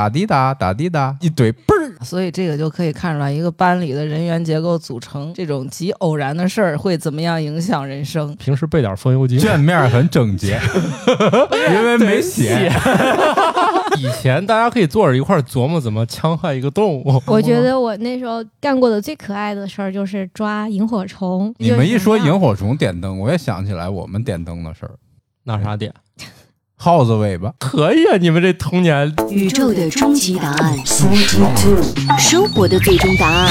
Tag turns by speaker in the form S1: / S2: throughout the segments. S1: 打滴答打滴答，一怼嘣儿，
S2: 所以这个就可以看出来，一个班里的人员结构组成，这种极偶然的事儿会怎么样影响人生？
S3: 平时备点风油 精，
S1: 卷 面很整洁， 因为没写。
S3: 以前大家可以坐着一块儿琢磨怎么戕害一个动物。
S4: 我觉得我那时候干过的最可爱的事儿就是抓萤火虫。
S1: 你们一说
S4: 就是
S1: 萤火虫点灯，我也想起来我们点灯的事儿，
S3: 拿啥点？
S1: 耗子尾巴。
S3: 可以啊，你们这童年
S5: 宇宙的终极答案生活的最终答案。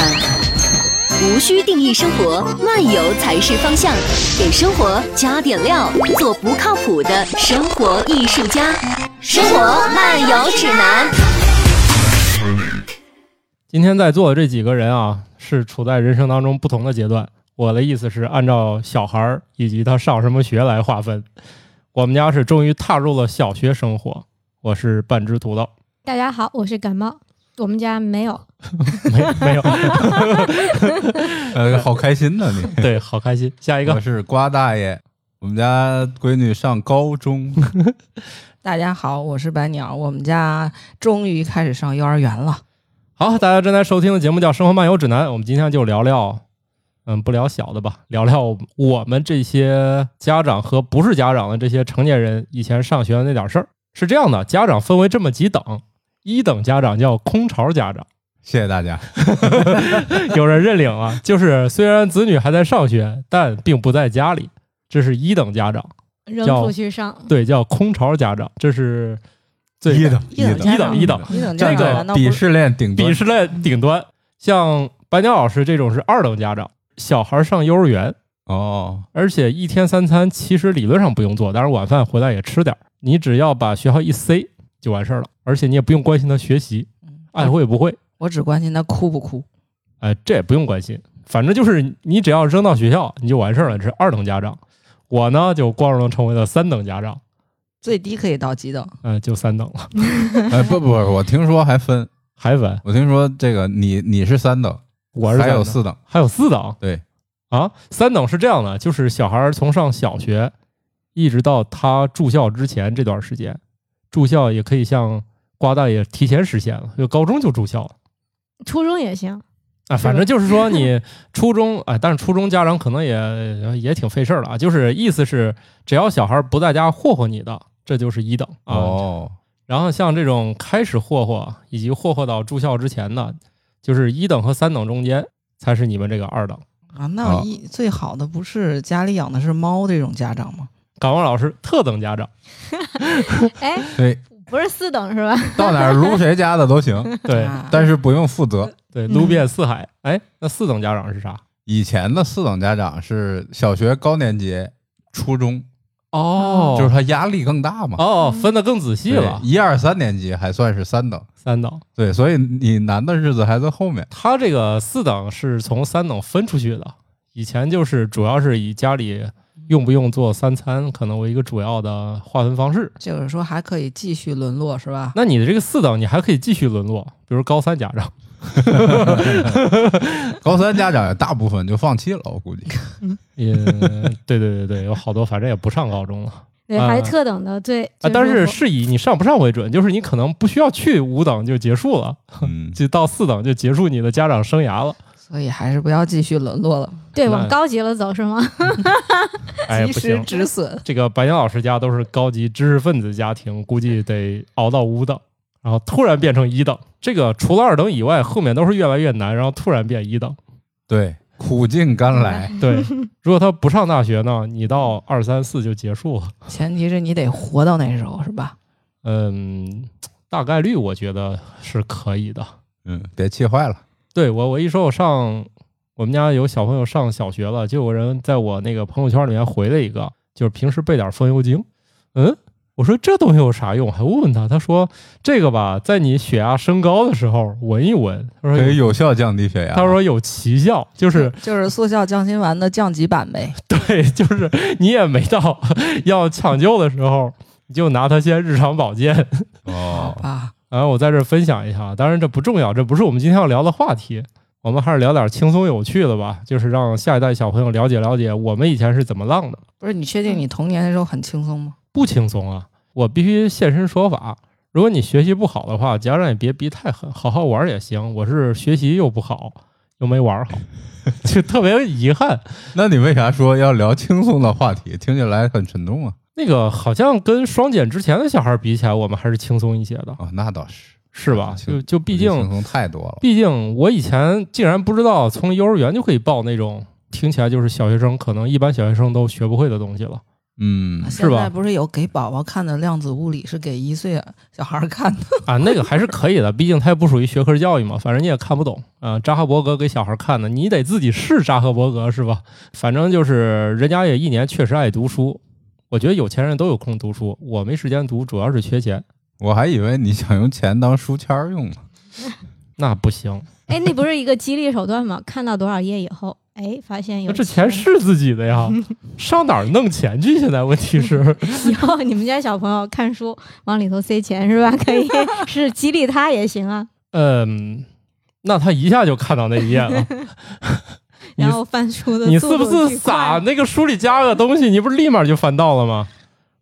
S5: 无需定义生活，漫游才是方向。给生活加点料，做不靠谱的生活艺术家。生活漫游指南。
S3: 今天在座的这几个人啊，是处在人生当中不同的阶段。我的意思是按照小孩儿以及他上什么学来划分。我们家是终于踏入了小学生活，我是半只土豆，
S4: 大家好，我是感冒，我们家没有。
S3: 没没有，
S1: 呃，好开心呐、你。
S3: 对，好开心。下一
S1: 我
S3: 个，
S1: 是瓜大爷，我们家闺女上高中，
S2: 大家好，我是白鸟，我们家终于开始上幼儿园了。
S3: 好，大家正在收听的节目叫《生活漫游指南》，我们今天就聊聊，嗯，不聊小的吧，聊聊我们这些家长和不是家长的这些成年人以前上学的那点事儿。是这样的，家长分为这么几等，一等家长叫空巢家长。
S1: 谢谢大家。
S3: 有人认领了，就是虽然子女还在上学，但并不在家里，这是一等家长，
S4: 扔
S3: 叫
S4: 出去上，
S3: 对，叫空巢家长，这是最
S1: 一等
S2: 一等
S1: 等
S2: 家
S3: 一等
S2: 长
S3: 一等，
S2: 你等
S3: 这
S2: 这
S3: 个
S2: 难道不
S1: 鄙
S2: 是
S1: 视链顶端
S3: 鄙视链顶端。像白鸟老师这种是二等家长，小孩上幼儿园，
S1: 哦，
S3: 而且一天三餐其实理论上不用做，但是晚饭回来也吃点儿，你只要把学校一塞就完事儿了，而且你也不用关心他学习
S2: 嗯，
S3: 爱会不会，
S2: 我只关心他哭不哭。
S3: 哎，这也不用关心，反正就是你只要扔到学校，你就完事儿了。这是二等家长，我呢就光荣成为了三等家长，
S2: 最低可以到几等？
S3: 嗯、就三等了，
S1: 哎，不不，不我听说还分，
S3: 还稳。
S1: 我听说这个你你是三等，
S3: 我是
S1: 还有
S3: 三等，
S1: 四等，
S3: 还有四等
S1: 对，
S3: 啊。三等是这样的，就是小孩儿从上小学一直到他住校之前这段时间，住校也可以像瓜大爷提前实现了，就高中就住校了。
S4: 初中也行。
S3: 啊，反正就是说你初中啊，但是初中家长可能也也挺费事儿了啊。就是意思是，只要小孩不在家霍霍你的，这就是一等啊。
S1: 哦，
S3: 然后像这种开始霍霍以及霍霍到住校之前的，就是一等和三等中间才是你们这个二等。
S1: 啊
S2: 啊，那一、最好的不是家里养的是猫这种家长吗？
S3: 感冒老师特等家长，
S4: 哎，
S1: 对，
S4: 不是四等 是吧？
S1: 到哪儿撸谁家的都 行，
S3: 对
S2: 啊、
S1: 但是不用负责。
S3: 对，撸遍四海。哎，那四等家长是啥？
S1: 以前的四等家长是小学高年级、初中，
S3: 哦
S1: 就是他压力更大嘛。
S3: 哦，分得更仔细了
S1: 对。一二三年级还算是三等，
S3: 三等，
S1: 对，所以你难的日子还在后面。
S3: 他这个四等是从三等分出去的，以前就是主要是以家里用不用做三餐可能为一个主要的划分方式。
S2: 就是说还可以继续沦落是吧？
S3: 那你的这个四等，你还可以继续沦落，比如高三家长，
S1: 高三家长也大部分就放弃了，我估 计。
S3: 也对对对对，有好多反正也不上高中了
S4: 对，
S3: 啊
S4: 还特等的最。
S3: 啊。但是
S4: 最舒服
S3: 是以你上不上为准，就是你可能不需要去五等就结束了，
S1: 嗯，
S3: 就到四等就结束你的家长生涯了。
S2: 所以还是不要继续沦落了，
S4: 对
S3: 那
S4: 往高级了走是吗？
S3: 哎，
S2: 及
S3: 不
S2: 时
S3: 行，
S2: 止损。
S3: 这个白岩老师家都是高级知识分子家庭，估计得熬到五等，然后突然变成一等。这个除了二等以外，后面都是越来越难，然后突然变一等。
S1: 对，苦尽甘来。
S3: 对，如果他不上大学呢，你到二三四就结束了。
S2: 前提是你得活到那时候是吧？
S3: 嗯，大概率我觉得是可以的。
S1: 嗯，别气坏了。
S3: 对我，我一说我上我们家有小朋友上小学了，就有人在我那个朋友圈里面回了一个，就是平时备点风油精。嗯，我说这东西有啥用？我还问问他，他说这个吧，在你血压升高的时候闻一闻，他
S1: 可
S3: 说
S1: 以
S3: 有，
S1: 有效降低血压。
S3: 他说有奇效， 就是
S2: 就是速效降心丸的降级版呗。
S3: 对，就是你也没到 要抢救的时候，你就拿它先日常保健。
S1: 哦，
S2: 啊，
S3: 然呃后我在这儿分享一下，啊当然这不重要，这不是我们今天要聊的话题，我们还是聊点轻松有趣的吧，就是让下一代小朋友了解了解我们以前是怎么浪的，
S2: 不是你确定你童年的时候很轻松吗？
S3: 不轻松啊！我必须现身说法，如果你学习不好的话，家长也别逼太狠，好好玩儿也行。我是学习又不好，又没玩儿好，就特别遗憾。
S1: 那你为啥说要聊轻松的话题？听起来很沉重啊！
S3: 那个好像跟双减之前的小孩儿比起来，我们还是轻松一些的，
S1: 哦，那倒是，
S3: 是吧？
S1: 轻
S3: 就就毕
S1: 啊轻
S3: 竟，
S1: 松太多了。
S3: 毕竟我以前竟然不知道，从幼儿园就可以报那种听起来就是小学生可能一般小学生都学不会的东西了。
S1: 嗯，
S3: 是
S2: 啊现
S3: 吧
S2: 在不是有给宝宝看的量子物理，是给一岁小孩看的。
S3: 啊，那个还是可以的，毕竟它也不属于学科教育嘛，反正你也看不懂啊、扎克伯格给小孩看的，你得自己是扎克伯格是吧？ 反正就是人家也一年确实爱读书，我觉得有钱人都有空读书，我没时间读，主要是缺钱。
S1: 我还以为你想用钱当书签儿用呢。
S3: 那不行，
S4: 哎，那不是一个激励手段吗？看到多少页以后，哎，发现有
S3: 那这钱是自己的呀，上哪儿弄钱去？现在问题是，
S4: 以后你们家小朋友看书往里头塞钱是吧？可以 是激励他也行啊。
S3: 嗯，那他一下就看到那一页了。你
S4: 然后翻书的
S3: 你
S4: 速
S3: 是不
S4: 度
S3: 是
S4: 巨快
S3: 傻？？那个书里加个东西，你不是立马就翻到了吗？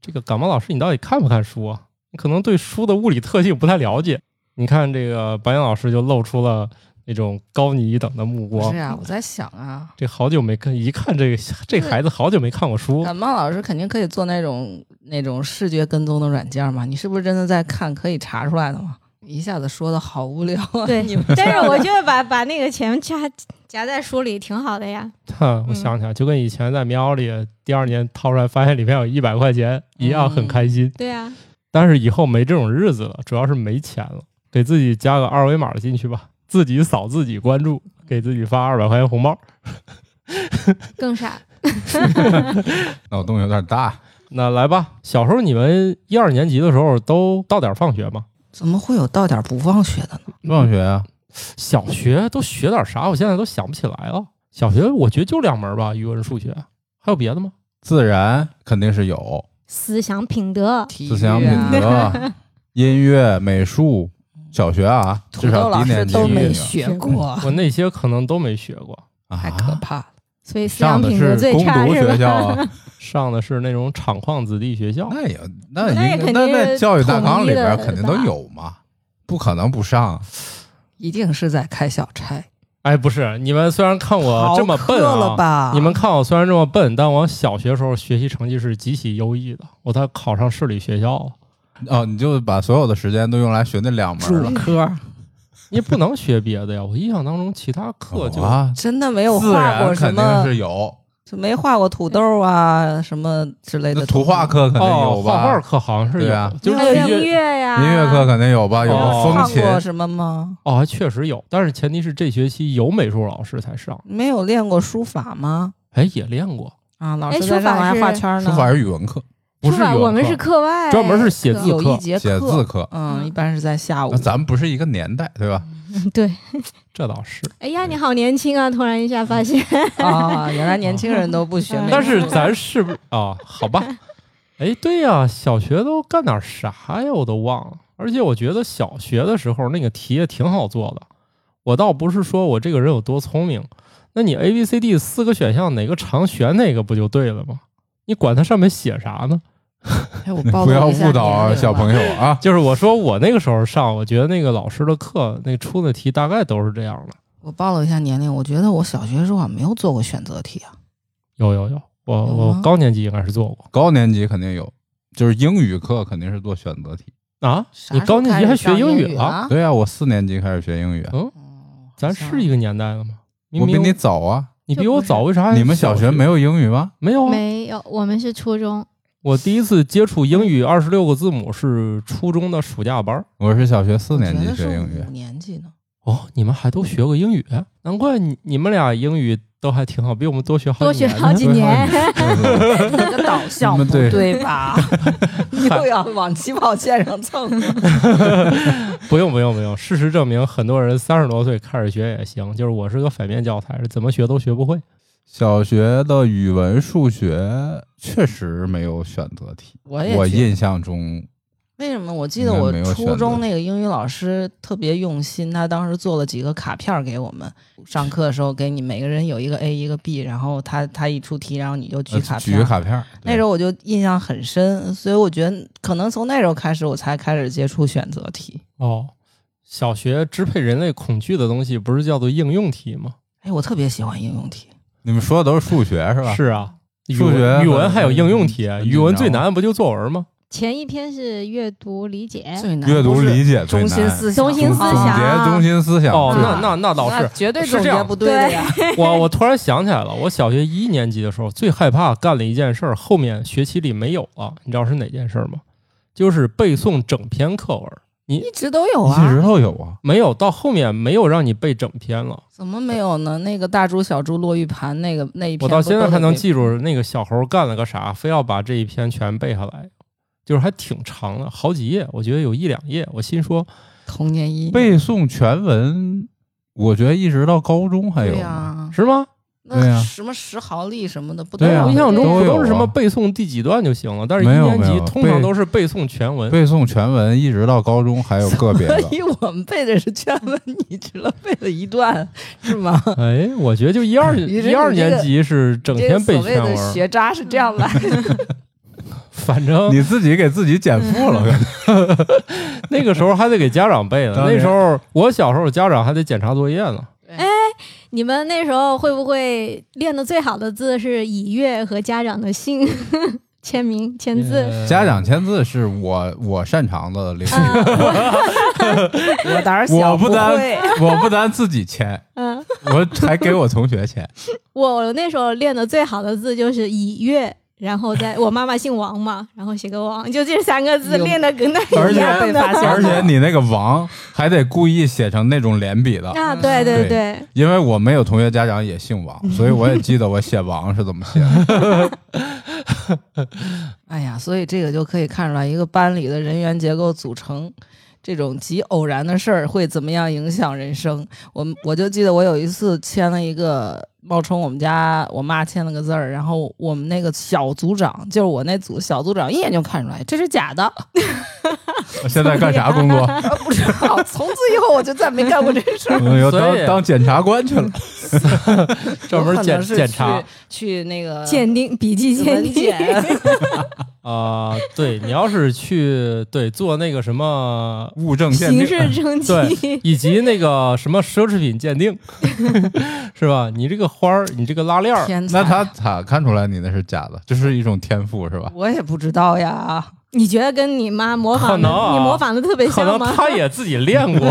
S3: 这个感冒老师，你到底看不看书啊？你可能对书的物理特性不太了解。你看这个白岩老师就露出了那种高你一等的目
S2: 不
S3: 光
S2: 是。啊，我在想啊，
S3: 这好久没看，一看这个这孩子好久没看过书，
S2: 感冒老师肯定可以做那种那种视觉跟踪的软件嘛，你是不是真的在看，可以查出来的嘛？一下子说的好无聊 啊！
S4: 对
S2: 你们，
S4: 但是我觉得把把那个钱夹夹在书里挺好的呀。
S3: 哈，
S4: 嗯
S3: 我想起来，就跟以前在喵里第二年掏出来发现里面有一百块钱一样，很开心。
S4: 对啊，
S3: 但是以后没这种日子了，主要是没钱了，给自己加个二维码进去吧，自己扫自己关注，给自己发二百块钱红包。
S4: 更傻。
S1: 脑洞有点大，
S3: 那来吧，小时候你们一二年级的时候都到点儿放学吗？
S2: 怎么会有到点不放学的呢？
S3: 嗯
S1: 放学啊，
S3: 小学都学点啥？我现在都想不起来了。小学我觉得就两门吧，语文、数学，还有别的吗？
S1: 自然肯定是有，
S4: 思想品德，
S2: 体育、啊、
S1: 思想品德、音乐、美术。小学啊，
S2: 土
S1: 至
S2: 豆
S1: 少
S2: 老
S1: 低
S2: 师
S1: 年级
S2: 都
S1: 就
S2: 没
S1: 有
S2: 学过，
S3: 我那些可能都没学过，
S2: 太可
S1: 啊，
S2: 怕了。
S4: 所以思
S1: 上
S4: 想
S1: 的
S4: 品
S1: 是
S4: 德最
S1: 攻
S4: 差
S1: 读
S4: 是吧？
S1: 学校啊，
S3: 上的是那种厂矿子弟学校。
S1: 那也那
S4: 那也
S1: 应该
S4: 肯定
S1: 那那
S4: 是
S1: 教育大
S4: 统
S1: 纲
S4: 一
S1: 里边
S4: 的
S1: 肯定
S4: 吧
S1: 都有嘛，不可能不上。
S2: 一定是在开小差。
S3: 哎，不是，你们虽然看我这么笨
S2: 逃课了
S3: 啊，
S2: 吧？
S3: 你们看我虽然这么笨，但我小学时候学习成绩是极其优异的，我才考上市里学校了。
S1: 哦，你就把所有的时间都用来学那两门
S2: 主
S1: 了。
S2: 科
S3: 你不能学 别的呀，我印象当中其他课就
S1: 有啊，
S2: 真的没有
S1: 自
S2: 画过
S1: 然
S2: 什
S1: 肯定，
S2: 么
S1: 是有，
S2: 就没画过土豆啊什么之类的
S1: 那
S2: 东西。
S1: 图画课肯定
S3: 哦
S1: 有，
S3: 画画
S1: 吧？
S3: 课好像是
S1: 对
S3: 有
S1: 啊，
S3: 就是
S4: 还有
S3: 直接
S4: 音乐呀，
S1: 音乐课肯定有吧？有
S3: 哦
S1: 风
S2: 唱
S1: 琴，
S2: 过什么吗？
S3: 哦，还确实有，但是前提是这学期有美术老师才上。
S2: 没有练过书法吗？
S3: 哎，也练过，
S2: 啊，老
S4: 哎
S2: 师
S4: 书
S2: 在上
S4: 法
S2: 面还
S4: 是
S2: 画圈呢。
S1: 书法是语文课，
S3: 不是
S4: 吧？
S3: 语文
S4: 我们
S3: 课
S4: 是课外，
S3: 专门是写字
S2: 有一节
S1: 写字
S2: 课，
S1: 课。
S2: 嗯，一般是 在下午
S1: 那。咱们不是一个年代，对吧？
S4: 对，
S3: 这倒是。
S4: 哎呀，你好年轻啊！突然一下发现，
S2: 啊，原来年轻人都不学美术。
S3: 但是咱是不是啊？好吧，哎，对呀、小学都干点啥呀？我都忘了。而且我觉得小学的时候那个题也挺好做的。我倒不是说我这个人有多聪明，那你 A、B、C、D 四个选项哪个长选哪个不就对了吗？你管它上面写啥呢？
S2: 哎 我暴
S1: 不
S2: 露
S1: 要
S2: 一下
S1: 误导
S2: 年
S1: 啊
S2: 龄
S1: 小
S2: 了
S1: 朋友 啊！
S3: 就是我说我那个时候上，我觉得那个老师的课那出的题大概都是这样的。
S2: 我暴露一下年龄，我觉得我小学时候好像啊没有做过选择题啊。
S3: 有有有，我
S2: 有
S3: 我
S2: 吗
S3: 高年级应该是做过
S1: 高年级肯定有，就是英语课肯定是做选择题。
S3: 啊。
S2: 啥
S3: 你
S2: 时候
S3: 高年
S2: 开
S3: 级
S2: 始
S3: 还学
S2: 上
S3: 英
S2: 英
S3: 语了？
S2: 了？
S1: 对啊，我四年级开始学英语啊，
S3: 嗯，
S2: 哦
S3: 咱
S2: 好像
S3: 是一个年代的吗？明
S1: 我比
S3: 明
S1: 你早啊！
S3: 你比我早，为
S2: 哎
S3: 啥？
S1: 你们小学没
S3: 有
S1: 有英语吗？
S3: 没有啊？
S4: 没有，我们是初中，
S3: 我第一次接触英语二十六个字母是初中的暑假班儿。
S1: 我是小学四
S2: 我
S1: 年
S2: 觉
S1: 级
S2: 得
S1: 学
S2: 是
S1: 英语
S2: 五，年级呢。
S3: 哦，你们还都学过英语，难怪你你们俩英语都还挺好，比我们多学好
S4: 多
S3: 几
S4: 学
S3: 年
S4: 好几
S1: 对
S4: 年。
S2: 你 的导向
S1: 你
S2: 不
S1: 们对
S2: 对吧？ 又要往起跑线上 蹭了。
S3: 不用不用不用，事实证明，很多人三十多岁开始学也行。就是我是个反面教材，是怎么学都学不会。
S1: 小学的语文、数学确实没有选择题，
S2: 我也
S1: 我
S2: 觉得
S1: 印象中
S2: 为什么？我记得
S1: 应该
S2: 我
S1: 没有选
S2: 初
S1: 择
S2: 中那个英语老师特别用心，他当时做了几个卡片儿给我们，上课的时候给你每个人有一个 A 一个 B，然后他他一出题，然后你就举
S1: 呃
S2: 卡片
S1: 举
S2: 儿。
S1: 卡片儿。
S2: 那时候我就印象很深，所以我觉得可能从那时候开始，我才开始接触选择题。
S3: 哦，小学支配人类恐惧的东西不是叫做应用题吗？
S2: 哎，我特别喜欢应用题，
S1: 你们说的都是数
S2: 嗯
S1: 学是吧？
S3: 是啊，语
S1: 数学
S3: 文语文还有应用题，啊
S1: 很紧
S3: 语文最
S1: 张
S3: 难不就作文吗？
S4: 前一篇是阅读理解，
S2: 最难
S1: 阅读
S2: 不是
S1: 理解最难。
S2: 中心思想，
S4: 哎中心思
S1: 总
S4: 想
S1: 结中心思想。
S3: 哦，
S1: 是
S3: 那那那倒是
S2: 那，绝对
S3: 是
S2: 总
S3: 这
S2: 结
S3: 样
S2: 不对的呀。
S3: 我我突然想起来了，我小学一年级的时候最害怕干了一件事儿，后面学期里没有了，你知道是哪件事儿吗？就是背诵整篇课文，
S2: 一直都有
S1: 一直
S2: 啊，
S1: 都有啊。
S3: 没有到后面没有让你背整篇了。
S2: 怎么没有呢？那个大猪小猪落玉盘那个那一篇，
S3: 我到现在还能。记住那个小猴干了个啥，非要把这一篇全背下来，就是还挺长的，好几页，我觉得有一两页。我心说，
S2: 童年阴影
S1: 背诵全文，我觉得一直到高中还有
S2: 对
S1: 呢。
S2: 呀、
S3: 是吗？
S1: 对
S2: 那
S1: 呀
S2: 什么十毫粒什么的，不都
S1: 对啊呀
S2: 有
S3: 我印 象中
S1: 都
S3: 不
S1: 有
S3: 都是什么
S1: 啊
S3: 背诵第几段就行了，但是一
S1: 没有
S3: 年级
S1: 没有
S3: 通常
S1: 背
S3: 都是背诵全 文。
S1: 背诵全文一直到高中还有个别
S2: 所
S1: 的。
S2: 以我们背的是全文，你只能背了一段， 是吗？
S3: 哎，我觉得就一二
S2: 于是
S3: 一二
S2: 你这
S3: 年
S2: 个
S3: 级是整
S2: 这
S3: 天背
S2: 所谓
S3: 全
S2: 的
S3: 文，
S2: 学渣是这样来的。
S3: 反正
S1: 你自己给自己减负了，
S3: 那个时候还得给家长背呢。
S1: 当然
S3: 那时候我小时候家长还得检查作业呢。
S4: 你们那时候会不会练的最好的字是以月和家长的姓 签名签字？
S2: 嗯
S3: 呃
S1: 家长签字是我我擅长的领
S2: 哎
S1: 域，
S4: 啊
S2: 我胆儿小，
S1: 我不单
S2: 会。
S1: 我不单自己签，
S4: 嗯，
S1: 我还给我同学签。
S4: 我那时候练的最好的字就是以月，然后在我妈妈姓王嘛，然后写个王，就这三个字
S2: 有
S4: 练的跟那
S1: 而
S4: 一
S1: 且
S4: 样的。
S1: 而且你那个王还得故意写成那种连笔的，
S4: 啊，对对
S1: 对
S4: 对，
S1: 因为我没有同学家长也姓
S2: 嗯
S1: 王，所以我也记得我写王是怎么写的。
S2: 哎呀，所以这个就可以看出来，一个班里的人员结构组成，这种极偶然的事儿会怎么样影响人生。我们我就记得我有一次签了一个冒充我们家我妈签了个字儿，然后我们那个小组长，就是我那组小组长，一眼就看出来这是假的，
S1: 现在干啥 工作？
S2: 呃不知 道。从此以后我就再没干过这事 儿。
S1: 嗯，要
S3: 所以
S1: 当当检察官去了。
S3: 专门
S2: 我可
S3: 检
S2: 能是
S3: 检查
S2: 去去那个
S4: 鉴定笔记鉴
S2: 文
S4: 定，
S2: 检，
S3: 啊、对你要是去对做那个什 么，
S1: 物证 鉴
S4: 刑
S1: 定，
S4: 事征集
S3: 对，以及那个什么奢侈品 鉴定，是吧？你这个花儿，你这个拉链儿，
S2: 天才
S1: 那 他咋看出来你那是假的？这是一种天赋是吧？
S2: 我也不知道呀。
S4: 你觉得跟你妈模
S3: 可
S4: 仿的，
S3: 能啊
S4: 你模仿的特别
S3: 可能
S4: 像吗？
S3: 他也自己练 过，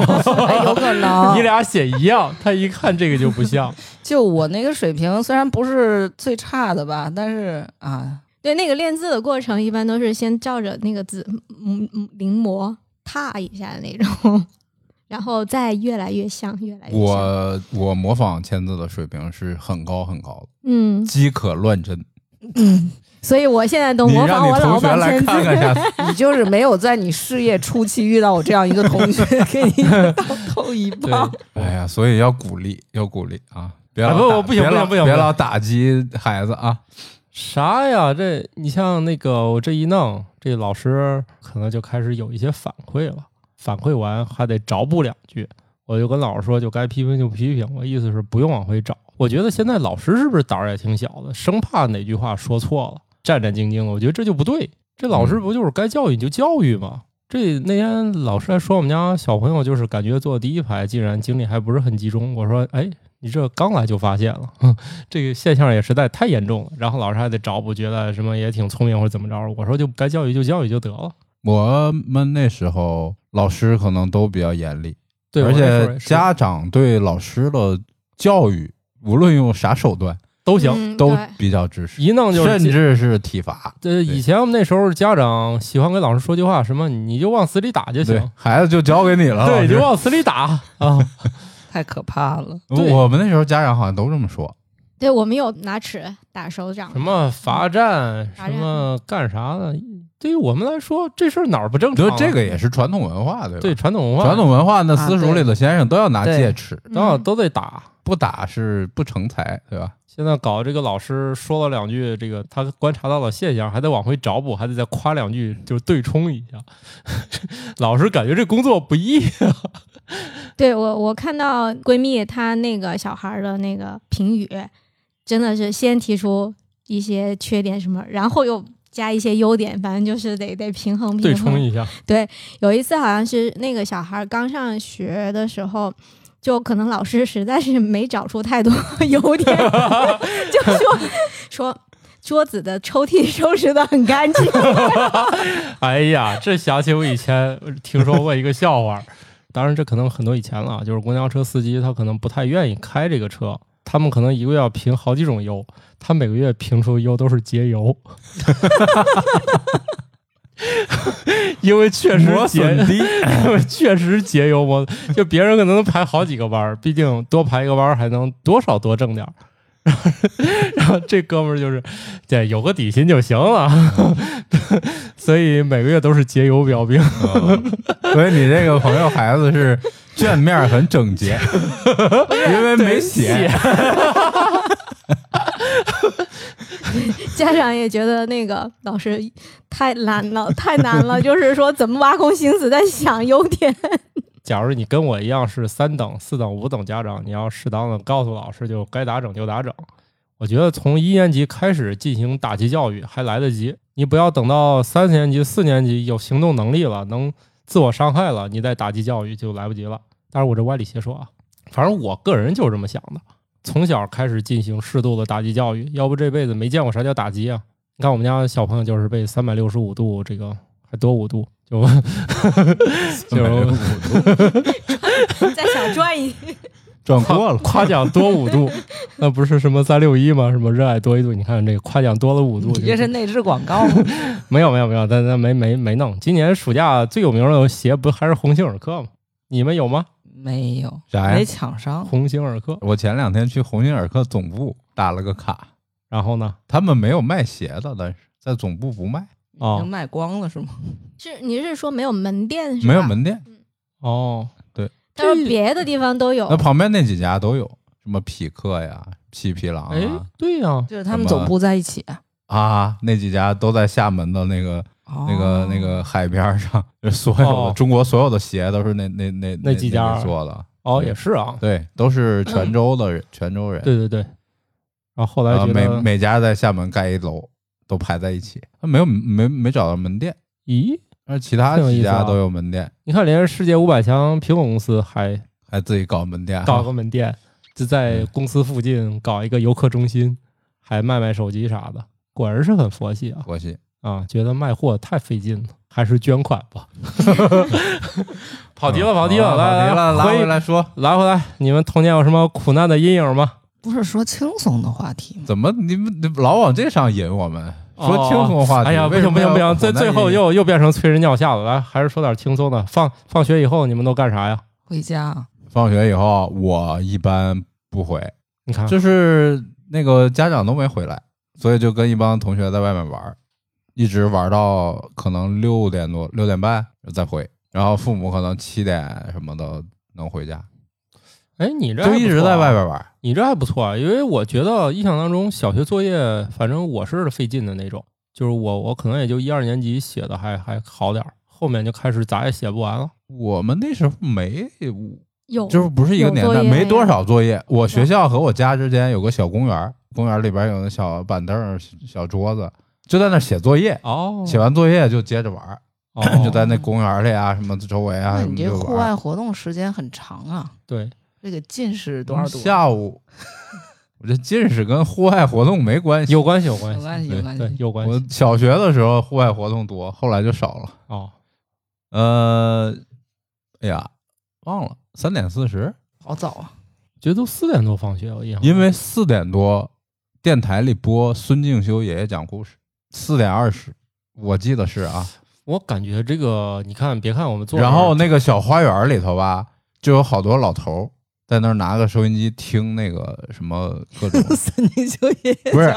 S2: 哎有可能
S3: 你俩写一样，他一看这个就 不像。
S2: 就我那个水平，虽然不是最差的吧，但是啊，
S4: 对，那个练字的过程一般都是先照着那个字嗯嗯临摹踏一下那种， 然后再越来越像，越来越像。
S1: 我我模仿签字的水平是很高很高
S4: 嗯
S1: 的，，饥渴乱真。
S4: 所以我现在都
S1: 你
S4: 模
S1: 让
S4: 仿
S1: 你
S4: 我
S1: 同
S4: 老
S1: 学
S4: 板
S1: 来
S4: 签字。
S1: 看看下 次，
S2: 你就是没有在你事业初期遇到我这样一个同学，给你当头一
S3: 对，
S2: 棒。
S1: 哎呀，所以要鼓励，要鼓励啊！别老
S3: 哎不
S1: 打
S3: 不行
S1: 别
S3: 不行
S1: 老
S3: 不行
S1: 别
S3: 不行
S1: 老打击孩子啊！
S3: 啥呀？这你像那个我这一弄，这老师可能就开始有一些反馈了。反馈完还得找补两句，我就跟老师说，就该批评就批评，我意思是不用往回找。我觉得现在老师是不是胆儿也挺小的，生怕哪句话说错了，战战兢兢的。我觉得这就不对，这老
S1: 嗯
S3: 师不就是该教育就教育吗？这那天老师还说我们家小朋友就是感觉坐第一排，竟然精力还不是很集中。我说，哎，你这刚来就发现了， 哼这个现象也实在太严重了。然后老师还得找补，觉得什么也挺聪明或者怎么着。我说就该教育就教育就得了。
S1: 我们那时候老师可能都比较严厉，
S3: 对，
S1: 而
S3: 我那时候
S1: 且
S3: 也是
S1: 家长对老师的教育，无论用啥手段，
S3: 都行，
S4: 嗯
S1: 都
S4: 对
S1: 比较支持，
S3: 一弄就是
S1: 甚至是体罚。
S3: 呃，以前我们那时候家长喜欢给老师说句话，什么你就往死里打就
S1: 对
S3: 行，，
S1: 孩子就交给你了。
S3: 对，
S1: 老师
S3: 就往死里 打啊。
S2: 太可怕了！
S3: 对
S1: 我们那时候家长好像都这么说。
S4: 对，我们有拿尺打手掌
S3: 什，么罚站，
S4: 罚站
S3: 什么干啥的，对于我们来说这事儿哪儿不正常
S1: 就
S3: 啊？
S1: 这个也是传统文化，对吧？
S3: 对传统文化，
S1: 传统文化，那
S2: 啊
S1: 私塾里的先生都要拿
S2: 对
S4: 嗯
S1: 戒尺，
S3: 都要都得打。
S1: 不打是不成才，对吧？
S3: 现在搞这个老师说了两句，这个他观察到的现象，还得往回找补，还得再夸两句，就是对冲一下。 老师感觉这工作不易啊。
S4: 对我，我看到闺蜜她那个小孩儿的那个评语，真的是先提出一些缺点什么，然后又加一些优点，反正就是得得平衡平衡。
S3: 对冲一下，
S4: 有一次好像是那个小孩刚上学的时候，就可能老师实在是没找出太多 优点，就说 说桌子的抽屉收拾的很干净。
S3: 哎呀，这想起我以前听说过一个笑话， 当然这可能很多以前了啊，就是公交车司机他可能不太愿意开这个车，他们可能一个月要评好几种优，他每个月评出优都是节油， 因为确实
S1: 磨
S3: 节
S1: 损低，
S3: 确实节油我就别人可能能排好几个弯儿，毕竟多排一个弯儿还能多少多挣点儿。 然后这哥们儿就是，对，有个底薪就行了， 所以每个月都是节油标兵。
S1: 嗯所以你这个朋友孩子是卷面很整 洁，因为没写。
S4: 家长也觉得那个老师太难了，太难了，就是说怎么挖空心思在想优点。
S3: 假如你跟我一样是三等、四等、五等家长，你要适当的告诉老师，就该打整就打整。我觉得从一年级开始进行打击教育还来得及，你不要等到三年级、四年级有行动能力了，能自我伤害了，你再打击教育就来不及了。但是我这歪理邪说啊，反正我个人就是这么想的，从小开始进行适度的打击教育，要不这辈子没见过啥叫打击啊。你看我们家小朋友就是被三百六十五度这个还多五度就就
S4: 再小转一
S1: 转过了，
S3: 夸奖多五 度，那不是什么三六一吗？什么热爱多一度？你看这个夸奖多了五度，
S2: 你这是内置广告吗？
S3: 没有没有没有，但但没没没弄。今年暑假最有名的鞋不还是鸿星尔克吗？你们有吗？
S2: 没有，
S1: 啥
S2: 没
S1: 呀？
S2: 抢上。
S3: 鸿星尔克，
S1: 我前两天去鸿星尔克总部打了个卡，
S3: 然后呢？
S1: 他们没有卖鞋的，但是在总部不卖，
S2: 已经
S3: 哦
S2: 卖光了是吗？
S4: 是你是说没有门店是吧？
S1: 没有，门店。
S3: 哦，
S4: 但是别的地方都有
S1: 那。旁边那几家都有，什么匹克呀、皮皮狼
S3: 哎
S1: 啊，
S3: 对呀、
S2: 就是他们总部在一起啊。
S1: 啊，那几家都在厦门的那个
S2: 哦
S1: 那个那个海边上，就所有的、
S3: 哦
S1: 中国所有的鞋都是那那那
S3: 那几家
S1: 那做的，
S3: 哦也是啊，
S1: 对，都是泉州的人，泉州人。
S3: 对对对。然后后来
S1: 呃，
S3: 觉
S1: 每
S3: 得，
S1: 每家在厦门盖一楼，都排在一起，他没有没没找到门店，
S3: 咦，
S1: 而其他
S3: 挺有
S1: 几
S3: 意思
S1: 家
S3: 啊
S1: 都有门店，
S3: 你看连世界五百强苹果公司还
S1: 还自己搞门店，啊
S3: 搞个门店，就在公司附近搞一个游客中心，还卖卖手机啥的，果然是很佛系啊。
S1: 国系。
S3: 啊，觉得卖货太费劲了，还是捐款吧。 跑题了，跑题了，
S1: 啊好
S3: 来
S1: 嗯哦跑题了，拉
S3: 回
S1: 回来说，
S3: 拉回来。你们童年有什么苦难的阴影吗？
S2: 不是说轻松的话题吗？
S1: 怎么你们你老往这上引我们？
S3: 哦
S1: 说轻松话题，
S3: 哎呀，不
S1: 啊为什
S3: 行不
S1: 么
S3: 行不
S1: 要
S3: 行，最
S1: 往那
S3: 最后
S1: 引
S3: 又又变成催人尿下了。来，还是说点轻松的。放放学以后你们都干啥呀？
S2: 回家啊
S1: 放学以后，我一般不回，
S3: 你看，
S1: 就是那个家长都没回来，所以就跟一帮同学在外面玩儿，一直玩到可能六点多、六点半再回，然后父母可能七点什么的能回家，
S3: 哎，你这
S1: 就一直在外
S3: 边。
S1: 边玩儿。
S3: 你这还不错啊，因为我觉得印象当中小学作业，反正我是费劲的那种，就是我我可能也就一二年级写的还还好点儿，后面就开始咋也写不完了。
S1: 我们那时候没，
S4: 有
S1: 就是不是一个年
S4: 有
S1: 代，
S4: 作业
S1: 没多少作业。我学校和我家之间有个小公园儿，公园儿里边有那小板凳儿、小桌子，就在那儿写作业。
S3: 哦，
S1: 写完作业就接着玩儿，
S3: 哦
S1: 就在那公园儿里啊，什么周围啊，
S2: 那
S1: 什么
S2: 你这
S1: 就玩儿
S2: 户外活动时间很长啊，
S3: 对，
S2: 这个近视多少度？啊
S1: 下午， 我这近视跟户外活动没 关系。
S3: 有关系，有关系，
S2: 有关系有
S3: 对
S2: 关系
S3: 对，有关
S1: 我
S3: 系。
S1: 小学的时候户外活动多，后来就少了。
S3: 哦，
S1: 呃，哎呀，忘了三点四十，
S2: 好早 啊！
S3: 觉得都四点多放学，我印象中
S1: 因为四点多电台里播孙敬修爷爷讲故事，四点二十。我记得是啊，
S3: 我感觉这个，你看，别看我们做，
S1: 然后那个小花园里头吧，就有好多老头儿在那儿拿个收音机听那个什么各种
S2: 三年就业
S1: 不是，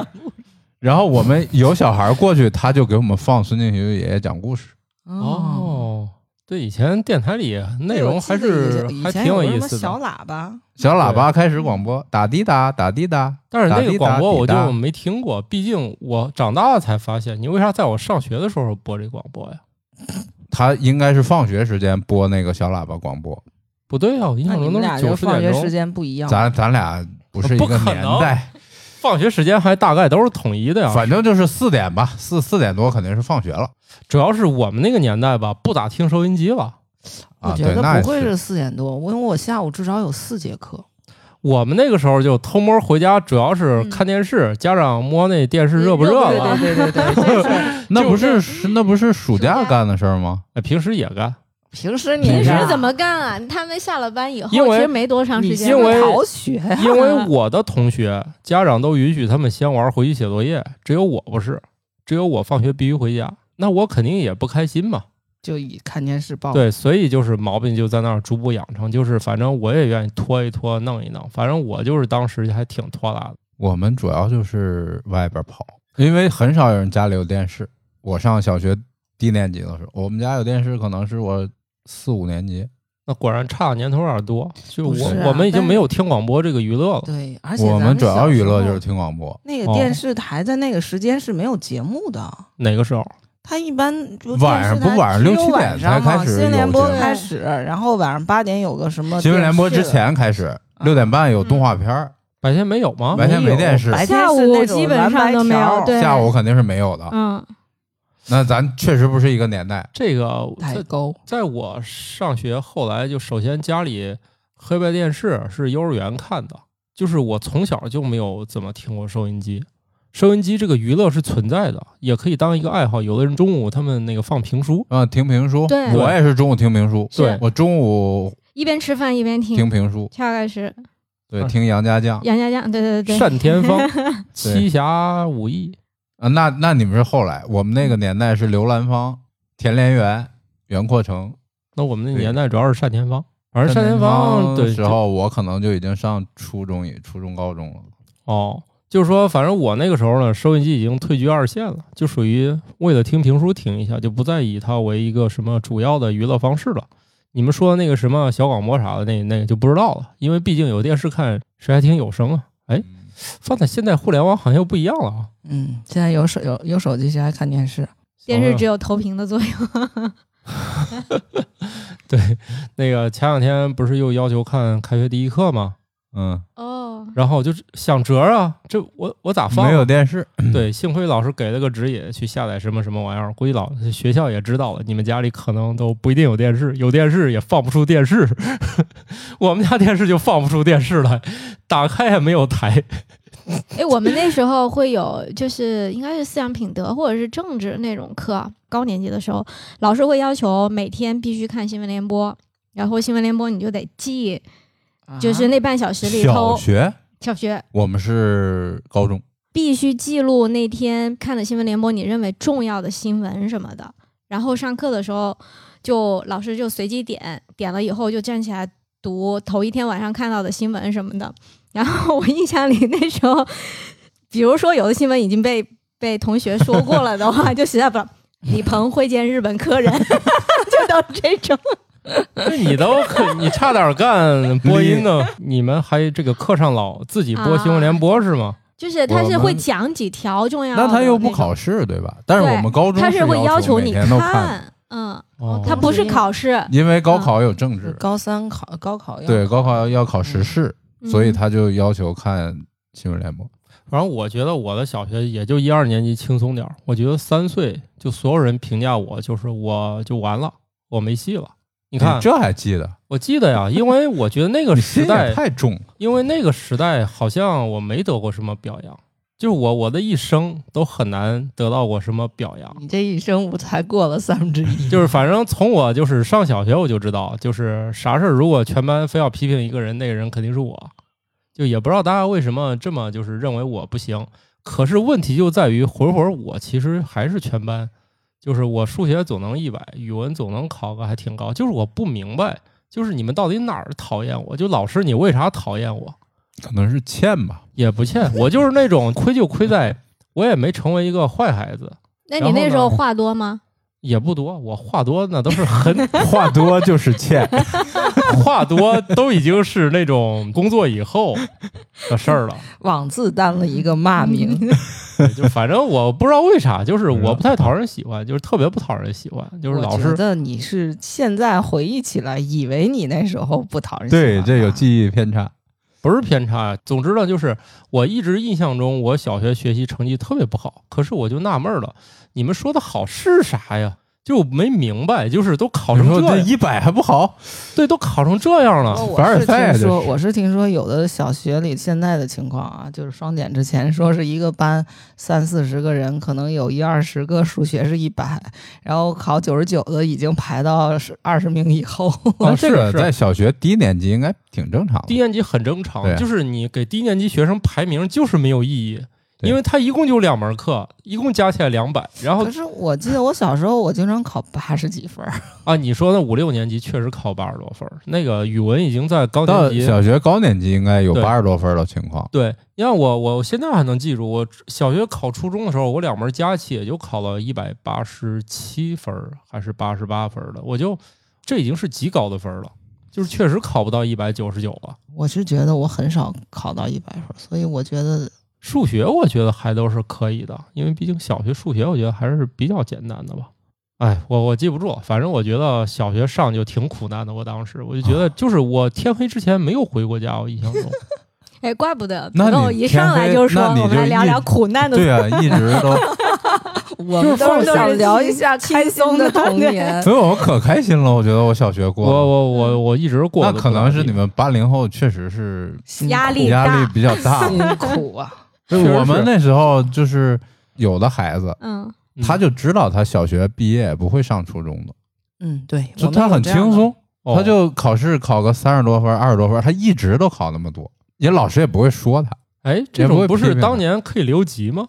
S1: 然后我们有小孩儿过去，他就给我们放孙敬修爷爷讲故事。
S2: 哦，
S3: 哦，对，以前电台里内容还是
S2: 以前
S3: 还
S2: 以前
S3: 挺有
S2: 什
S3: 意
S2: 么
S3: 思
S2: 小
S3: 的，
S2: 喇叭，
S1: 小喇叭开始广播，打滴答，打滴答。
S3: 但是
S1: 打
S3: 那
S1: 滴
S3: 个
S1: 答
S3: 广播我
S1: 滴答
S3: 就没听过，毕竟我长大了才发现，你为啥在我上学的时候播这广播呀？
S1: 他应该是放学时间播那个小喇叭广播，
S3: 不对呀、我印
S2: 那
S3: 象
S2: 你们
S3: 中都是
S2: 俩
S3: 九
S2: 就
S3: 十
S2: 放
S3: 点
S2: 学时
S3: 钟，
S2: 间不一样。
S1: 咱咱俩不是一
S2: 哦
S3: 不
S1: 个
S3: 可
S1: 年
S3: 能
S1: 代，
S3: 放学时间还大概都是统一
S2: 哎
S3: 的呀。
S1: 反正就是四点吧，四四点多肯定是放学了
S3: 主要是我们那个年代吧，不咋听收音机了。
S2: 我
S1: 啊。
S2: 觉
S1: 对，
S2: 得
S1: 那也
S2: 不会是四点多，因为我下午至少有四节 课。
S3: 我们那个时候就偷摸回家，主要是
S2: 嗯
S3: 看电视，家长摸那电视热不热
S2: 对
S4: 对热
S3: 了
S4: 对，
S2: 对对对 对，就是
S1: 那不是是那不是暑假干的事儿吗？
S3: 哎平时也干。
S2: 平时你
S4: 平时
S2: 呀
S4: 怎么干啊？他们下了班以后，
S3: 因为
S4: 其实没多长时间
S3: 因
S4: 了，
S3: 为
S2: 逃学呀？
S3: 因为我的同学家长都允许他们先玩，回去写作业，只有我不是，只有我放学必须回家，那我肯定也不开心嘛。
S2: 就以看电视报。
S3: 对，所以就是毛病就在那儿逐步养成，就是反正我也愿意拖一拖，弄一弄，反正我就是当时还挺拖拉的。
S1: 我们主要就是外边跑，因为很少有人家里有电视。我上小学低年级的时候，我们家有电视，可能是我四五年级。
S3: 那果然差的年头有点多，就
S2: 不
S3: 我、
S2: 是啊
S3: 我们已经
S2: 但
S3: 没有听广播这个娱乐了。
S2: 对，而且
S1: 我
S2: 咱
S1: 们主要
S2: 小时
S1: 娱乐就
S2: 候
S1: 是听广播，
S2: 那
S3: 哦
S2: 个电视台在那个时间是没有节目的，
S3: 哪个时候？
S2: 它一般就
S1: 晚上
S2: 电视台
S1: 不晚上六
S2: 只有
S1: 七
S2: 晚
S1: 点
S2: 上
S1: 才开
S2: 嘛
S1: 始
S2: 新闻联
S1: 有
S2: 播
S1: 节
S4: 目
S2: 开始，然后晚上八点有个什么
S1: 新闻联播之
S2: 电视，
S1: 前开始，六点半有动画片儿，
S3: 白天没有吗？
S1: 白天没
S2: 有
S1: 电视
S2: 白天
S4: 下
S2: 是那
S4: 午
S2: 种
S4: 基本
S2: 蓝
S4: 上
S2: 白
S4: 都没有
S2: 条。
S4: 对，
S1: 下午肯定是没有的。
S4: 嗯，
S1: 那咱确实不是一个年代。
S3: 这个
S2: 代
S3: 在
S2: 沟。
S4: 嗯
S3: 在我上学后来，就首先家里黑白电视是幼儿园看的，就是我从小就没有怎么听过收音机。收音机这个娱乐是存在的，也可以当一个爱好。有的人中午他们那个放评书，
S1: 啊，听评书，
S4: 对
S1: 我也是中午听评书，
S4: 是对
S1: 我中午
S4: 一边吃饭一边听，
S1: 听啊评书，
S4: 大概是
S1: 对，
S3: 嗯
S1: 听杨家将
S4: 杨家将，对对对对，
S3: 单田芳、七侠五义，
S1: 啊。那那你们是后来，我们那个年代是刘兰芳、田连元、袁阔成。
S3: 那我们那年代主要是单田芳，反正单田
S1: 田
S3: 芳
S1: 的
S3: 对
S1: 时候，我可能就已经上初中、也初中、高中了。
S3: 哦，就是说，反正我那个时候呢，收音机已经退居二线了，就属于为了听评书听一下，就不再以它为一个什么主要的娱乐方式了。你们说那个什么小广播啥的，那那个就不知道了，因为毕竟有电视看，谁还听有声啊？哎，放在现在互联网好像又不一样了啊！
S2: 嗯，现在有手有有手机，谁还看电视？
S4: 电视只
S3: 有
S4: 有投屏的作用。
S3: 对那个前两天不是又要求看开学第一课吗？
S1: 嗯，
S4: 哦，
S3: 然后我就是想辙啊，这我我咋放啊？
S1: 没有电视，
S3: 对，幸亏老师给了个指引，去下载什么什么玩意儿。估计老 学校也知道了，你们家里可能都不一定有电视，有电视也放不出电视。 我们家电视就放不出电视来，打开也没有台。
S4: 哎，我们那时候会有，就是应该是思想品德或者是政治那种课，高年级的时候，老师会要求每天必须看新闻联播，然后新闻联播你就得记，就是那半小时里
S1: 啊小
S4: 头，
S1: 学
S4: 小学
S1: 我们是高中，
S4: 必须记录那天看的新闻联播，你认为重要的新闻什么的。然后上课的时候，就老师就随机点，点了以后就站起来读头一天晚上看到的新闻什么的。 然后我印象里那时候，比如说有的新闻已经被被同学说过了的话，就写在本儿李鹏会见日本客人， 就到这种。
S3: 这你都可你差点干 播音呢，你们还这个课上老自己播
S4: 啊
S3: 新闻联播是吗？
S4: 就是他是
S1: 我们
S4: 会讲几条重要的
S1: 那他又不
S4: 种
S1: 考试，对吧？但是
S4: 对
S1: 我们高中
S4: 他是会
S1: 要
S4: 求
S1: 每
S4: 你
S1: 天都，
S4: 嗯，
S3: 哦，
S4: 他不是考试，
S1: 因为高
S4: 嗯
S1: 考有政
S2: 是
S1: 治，
S2: 高三考高
S3: 嗯
S2: 考要
S1: 对，高考要考时事，所以
S4: 嗯
S1: 他就要求看新闻联播。
S3: 反正我觉得我的小学也就一二年级轻松点儿，我觉得三岁就所有人评价我就是我就完了，我没戏了。你
S1: 你
S3: 看，
S1: 这还记得？
S3: 我记得呀，因为我觉得那个
S1: 你
S3: 时
S1: 心
S3: 代
S1: 也太重了。
S3: 因为那个时代好像我没得过什么表扬，就是我我的一生都很难得到过什么表扬。
S2: 你这一生舞才过了三分之 一，
S3: 就是反正从我就是上小学我就知道，就是啥事儿如果全班非要批评一个人，那个人肯定是我。就也不知道大家为什么这么就是认为我不行，可是问题就在于回会儿我其实还是全班，就是我数学总能一百，语文总能考个还挺高，就是我不明白，就是你们到底哪儿讨厌我？就老师你为啥讨厌我？
S1: 可能是欠 吧，
S3: 也不欠，我就是那种亏就亏在我也没成为一个坏孩子。
S4: 那
S3: 然
S4: 你
S3: 后
S4: 那时候
S3: 呢
S4: 话多吗？
S3: 也不多，我话多那都是很
S1: 话多就是 欠，
S3: 话多，都已经是那种工作以后的事儿了。
S2: 枉自担了一个骂
S4: 嗯
S2: 名。
S3: 对就反正我不知道为啥，就是我不太讨人喜欢，就是特别不讨人喜欢，就是老
S2: 我觉
S3: 是
S2: 得你是现在回忆起来，以为你那时候不讨人喜欢啊
S1: 对，
S2: 吧
S1: 这有记忆偏差。
S3: 不是偏差。总之呢，就是我一直印象中，我小学学习成绩特别不好，可是我就纳闷了，你们说的好是啥呀？就我没明白，就是都考
S1: 你
S3: 成
S1: 说
S3: 这
S1: 这
S3: 样，
S1: 一百还不好，
S3: 对，都考成这样了
S2: 哦，我
S1: 凡尔
S2: 是
S1: 赛
S2: 听
S1: 这
S2: 说，
S1: 是
S2: 我是听说有的小学里现在的情况啊，就是双减之前说是一个班三四十个人，可能有一二十个数学是一百，然后考九十九的已经排到二十名以后。
S3: 啊这
S1: 是
S3: 个是
S1: 在小学低年级应该挺正常
S3: 低
S1: 的。
S3: 年级很正
S1: 对
S3: 常，
S1: 啊
S3: 就是你给低年级学生排名就是没有意义，
S1: 对
S3: 因为他一共就两门课，一共加起来两百。然后
S2: 可是我记得我小时候，我经常考八十几分儿，
S3: 啊，你说那五六年级确实考八十多分儿，那个语文已经在高
S1: 到
S3: 年级
S1: 小学高年级应该有
S3: 对
S1: 八十多分的情况，
S3: 对，你看我，我现在还能记住，我小学考初中的时候，我两门加起也就考了一百八十七分儿还是八十八分儿的，我就这已经是极高的分儿了，就是确实考不到一百九十九了。
S2: 我是觉得我很少考到一百分儿，所以我觉得
S3: 数学我觉得还都是可以的，因为毕竟小学数学我觉得还是比较简单的吧。哎，我我记不住，反正我觉得小学上就挺苦难的。我当时我就觉
S1: 啊
S3: 得，就是我天黑之前没有回过家，我印象中。
S4: 哎，怪不得
S1: 那
S4: 土
S1: 你
S4: 豆一上
S1: 天
S4: 来
S1: 黑
S4: 就说，
S1: 那你
S4: 我们
S1: 就
S4: 来聊
S1: 一
S4: 聊苦难的
S1: 对啊，一直 都，
S2: 我
S3: 就是
S2: 们 都
S3: 放
S2: 是
S3: 松
S2: 想聊一
S4: 轻
S2: 下
S4: 轻
S2: 开
S4: 松
S2: 心的
S4: 的
S2: 童
S4: 对
S2: 年。
S1: 所以我可开心了。我觉得我小学
S3: 我
S1: 过了，
S3: 我我我一直过
S1: 那
S3: 得不咋地。啊
S1: 可能是你们八零后确实是
S2: 辛
S4: 压
S2: 苦
S4: 力
S1: 压
S4: 大
S1: 力比较 大。
S2: 辛苦啊！
S1: 就
S3: 确实
S1: 我们
S3: 是
S1: 那时候就是有的孩子，
S4: 嗯，
S3: 嗯
S1: 他就知道他小学毕业不会上初中的，
S2: 嗯，对，
S1: 就
S2: 我们
S1: 他
S2: 有
S1: 很
S2: 这样
S1: 轻
S2: 的
S1: 松，
S3: 哦
S1: 他就考试考个三十多分、二十多分，他一直都考那么多，也老师也不会说他
S3: 哎，这
S1: 也不
S3: 种
S1: 会
S3: 不
S1: 批
S3: 是
S1: 评
S3: 当年可以留级吗？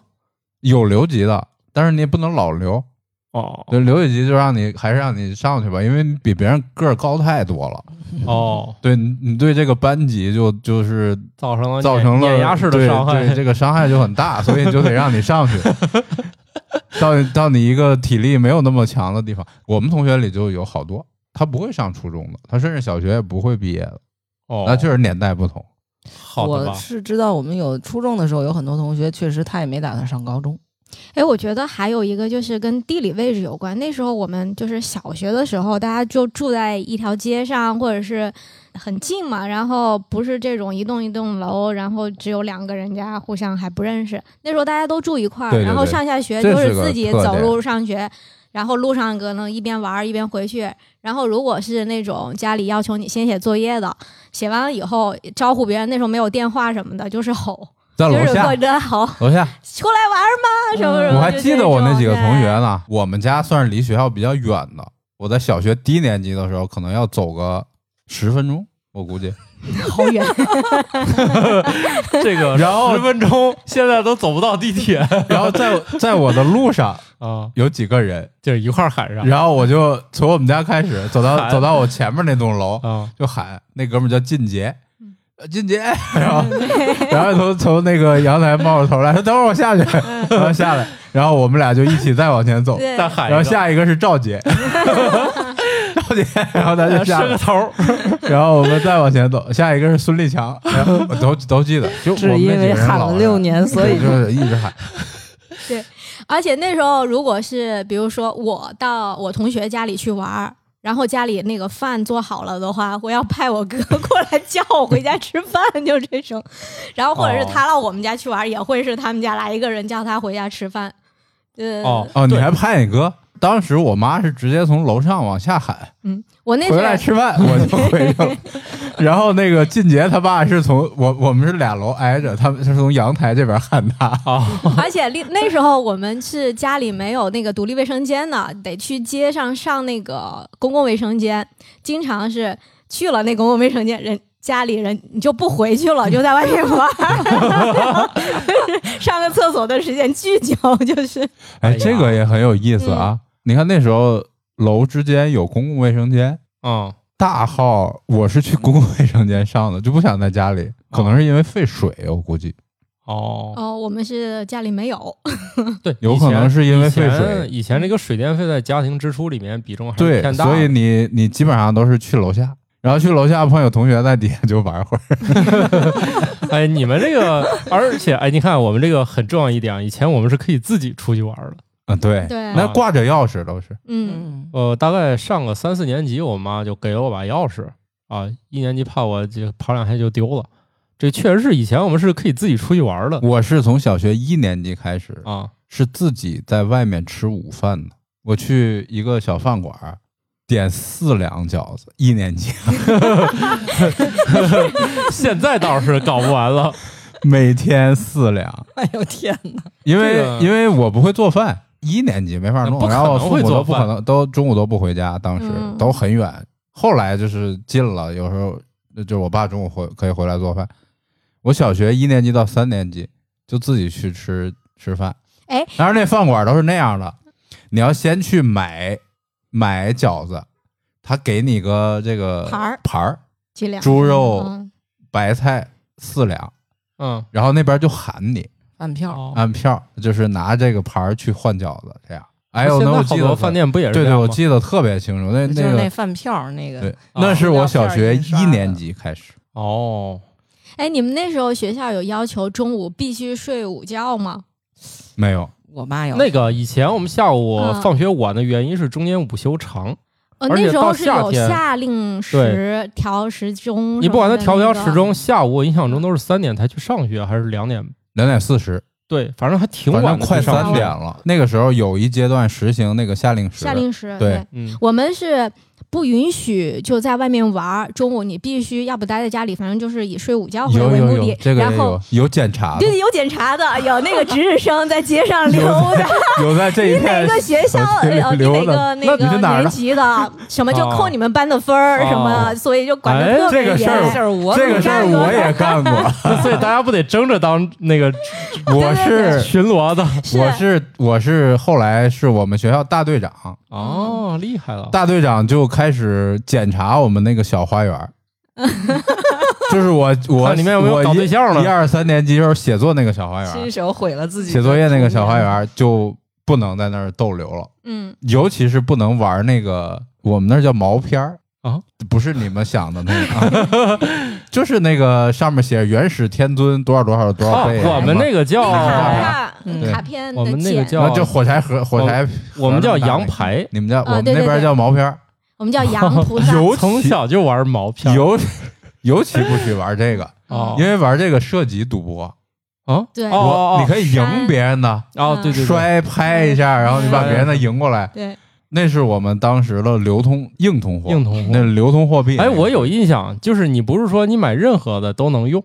S1: 有留级的，但是你也不能老留，
S3: 哦
S1: 就留一级就让你还是让你上去吧，因为你比别人个儿高太多了，
S3: 哦，
S1: 对你你对这个班级就就是
S3: 造成了
S1: 造成了
S3: 哦碾压式的
S1: 对
S3: 伤害
S1: 对。这个伤害就很大，所以就得让你上 去。到到你一个体力没有那么强的地方，我们同学里就有好多，他不会上初中的，他甚至小学也不会毕业的，
S3: 哦，
S1: 那确实年代不同。
S3: 好的
S2: 我
S3: 吧？
S2: 是知道，我们有初中的时候，有很多同学确实他也没打算上高中。
S4: 哎，我觉得还有一个就是跟地理位置有关。那时候我们就是小学的时候，大家就住在一条街上，或者是很近嘛，然后不是这种一栋一栋楼，然后只有两个人家互相还不认识。那时候大家都住一块儿，
S1: 对对
S4: 然后
S1: 对
S4: 上下学
S1: 这
S4: 就是
S1: 个
S4: 自己
S1: 特
S4: 走
S1: 点
S4: 路上学。然后路上可能一边玩儿一边回去，然后如果是那种家里要求你先写作业的，写完了以后招呼别人，那时候没有电话什么的，就是吼，
S1: 在
S4: 就
S1: 楼
S4: 是
S1: 下
S4: 或，者吼
S1: 楼下，
S4: 出来玩儿吗？什么什么？
S1: 我还记得我那几个同学
S4: 呢。
S1: 呢。我们家算是离学校比较远的，我在小学低年级的时候，可能要走个十分钟，我估计。
S4: 好 远，
S3: 这个
S1: 然后
S3: 十分钟现在都走不到地铁
S1: 然后在在我的路上
S3: 啊，
S1: 有几个人，
S3: 就是一块儿喊上
S1: 然后我就从我们家开 始走到走到我前面那栋楼，
S3: 啊。
S1: 就喊那哥们儿叫靳杰，
S2: 嗯
S1: 呃靳 杰，然后然后从从那个阳台冒出头来，说等会儿我下去，
S2: 嗯
S1: 然后下来，然后我们俩就一起再往前走，
S4: 对，
S3: 再喊一
S1: 然后
S3: 个，
S1: 下一个是赵 杰，赵杰，然后他 就下
S3: 伸
S1: 来
S3: 个，头儿，
S1: 然后我们再往前走，下一个是孙立强，然后我都都记得，就
S2: 只
S1: 我们
S2: 因
S1: 那几
S2: 为
S1: 个人
S2: 喊
S1: 老
S2: 了
S1: 人
S2: 六年，所
S1: 对
S2: 以
S1: 就是一直喊，
S4: 而且那时候如果是比如说我到我同学家里去玩儿，然后家里那个饭做好了的话，我要派我哥过来叫我回家吃饭，就这种。 然后或者是他到我们家去玩儿，也会是他们家来一个人叫他回家吃饭。对，
S3: 哦
S1: 哦，你
S3: 对
S1: 还派你哥。当时我妈是直接从楼上往下喊，
S4: 嗯，我那
S1: 回来
S4: 是
S1: 吃饭，我就回去了。然后那个靳杰他爸是从我我们是俩楼挨着，他们是从阳台这边喊他。
S4: 而且那那时候我们是家里没有那个独立卫生间呢，得去街上上那个公共卫生间，经常是去了那公共卫生间人。家里人你就不回去了，就在外面玩儿，上个厕所的时间巨久，就是
S3: 哎
S1: 哎，
S3: 呀
S1: 这个也很有意思啊！你看那时候楼之间有公共卫生间，
S3: 嗯，
S1: 大号我是去公共卫生间上的，就不想在家里，可能是因为费水，我估计
S3: 哦，
S4: 哦，我们是家里没有，
S3: 对，
S1: 有
S3: 以
S1: 可能
S3: 前
S1: 是因为
S3: 以
S1: 费
S3: 前
S1: 水
S3: 以前这个水电费在家庭支出里面比重还是
S1: 对，
S3: 偏大
S1: 所
S3: 的，
S1: 以你你基本上都是去楼下，然后去楼下碰有同学在底下就玩会儿。
S3: 哎，你们 这个，而且哎，你看我们这个很重要一点，以前我们是可以自己出去玩的。
S1: 啊，对，
S4: 对
S1: 那挂着钥匙都是
S4: 嗯，
S2: 嗯，
S3: 呃，大概上个三四年级，我妈就给了我把钥匙啊，一年级怕我就跑两下就丢了。这确实是以前我们是可以自己出去玩的
S1: 我是从小学一年级开始，
S3: 啊。
S1: 是自己在外面吃午饭的。我去一个小饭馆儿，点四两饺子，一年级
S3: 现在倒是搞不完了，
S1: 每天四两，
S2: 哎呦天哪！
S1: 因为、
S3: 这个
S1: 因为我不会做饭，一年级没法
S3: 那不
S1: 弄，
S3: 可
S1: 然后
S3: 能
S1: 父
S3: 会
S1: 母
S3: 做
S1: 都不可
S3: 饭
S1: 能都中午都不回家，当时、
S4: 嗯
S1: 都很远。后来就是近了，有时候就是我爸中午回可以回来做饭。我小学一年级到三年级就自己去吃吃饭，
S4: 哎，
S1: 当然那饭馆都是那样的，你要先去买买饺子，他给你个这个
S4: 盘儿
S1: 盘儿，
S4: 几两
S1: 猪肉
S4: 嗯
S1: 白菜四两，
S3: 嗯，
S1: 然后那边就喊你。
S2: 饭票，
S3: 哦
S1: 按票，就是拿这个牌儿去换饺子，这样。哎呦，那
S3: 现
S1: 我
S3: 在好
S1: 记
S3: 多
S1: 得
S3: 饭，店不也是
S1: 对
S3: 这
S1: 对，
S3: 样
S1: 我
S3: 吗啊
S1: 记得特别清楚。那
S2: 就是那
S1: 个，
S2: 饭票那个
S1: 对，，那是我小学
S2: 饮料
S1: 一
S2: 片儿
S1: 年级开始，
S3: 哦，
S4: 哎，你们那时候学校有要求中午必须睡午觉吗？
S1: 没有
S2: 我妈有
S3: 那个以前我们下午
S4: 嗯
S3: 放学晚的原因是中间午休长，
S4: 呃，
S3: 而且
S4: 那时
S3: 到
S4: 候是
S3: 夏
S4: 有
S3: 天
S4: 下令时调时钟什么的那个，
S3: 你不管他调不调时钟，下午我印象中都是三点才去上学，还是两点？
S1: 两点四十，
S3: 对，反正还挺
S1: 反
S3: 晚
S1: 正
S3: 的，
S1: 快
S3: 去上学
S1: 三点。了。那个时候有一阶段实行那个夏令时
S4: 夏，令时
S1: 对
S3: 嗯，
S4: 我们是不允许就在外面玩儿，中午你必须要不待在家里，反正就是以睡午觉为
S1: 有
S4: 为
S1: 有
S4: 目的
S1: 有，，这个
S4: 然
S1: 也
S4: 后
S1: 有有检查的，
S6: 对，有检查的， 有那个值日生在街上溜达，
S1: 有在这一
S6: 哪
S1: 片
S6: 个学校呃，你
S1: 留
S6: 哪
S1: 着
S6: 个那
S1: 那你
S6: 个
S1: 是哪儿的
S6: 年
S1: 哦
S6: 级 的，什么就
S3: 哦
S6: 扣你们班的分儿，什么，所以就管
S3: 哎
S6: 得特别
S1: 这个事
S2: 这
S1: 儿
S6: 严
S2: 事。儿我
S1: 这个事儿我也干过，
S3: 那所以大家不得争着当那 个
S1: 我是
S3: 巡逻的？
S1: 我是我是后来是我们学校大队长，
S4: 嗯
S3: 哦，厉害了！
S1: 大队长就开始检查我们那个小花园 儿，就是我我
S3: 看里面有没有
S1: 我
S3: 搞对象呢
S1: 一一二三年级时候写作那个小花园
S2: 亲
S1: 儿，
S2: 手毁了自己的
S1: 啊写作业那个小花园
S2: 童
S1: 儿就不能在那儿逗留了，
S4: 嗯，
S1: 尤其是不能玩那个我们那儿叫毛片儿
S3: 啊，
S1: 不是你们想的那个，啊 就是那个上面写原始天尊多少多少多
S3: 哦
S1: 少倍，，啊
S3: 我们那个叫
S1: 你看看
S4: 卡片嗯
S2: 对
S4: 卡片
S3: 我
S4: 的
S3: 们那哦个
S4: 剪，
S3: 叫
S1: 那就火柴盒火柴，
S3: 我们叫羊，排，
S1: 你们叫
S4: 啊
S1: 我们
S4: 对
S1: 那
S4: 对
S1: 边
S4: 对
S1: 叫毛片儿，
S4: 我们叫 杨菩萨，
S1: 尤
S3: 从
S1: 其
S3: 小就玩毛片
S1: 尤 尤其不许玩这个。
S3: 哦，
S1: 因为玩这个涉及赌博，
S3: 啊，
S4: 对
S3: 哦哦
S1: 我，你
S3: 哦
S1: 可以赢别人的，
S3: 哦，对嗯对，对，
S1: 摔拍一下，然后你把别人的赢过来，
S4: 对，
S1: 那是我们当时的流通硬通货，
S3: 硬通货
S1: 那流通货币。
S3: 哎，我有印象，就是你不是说你买任何的都能用，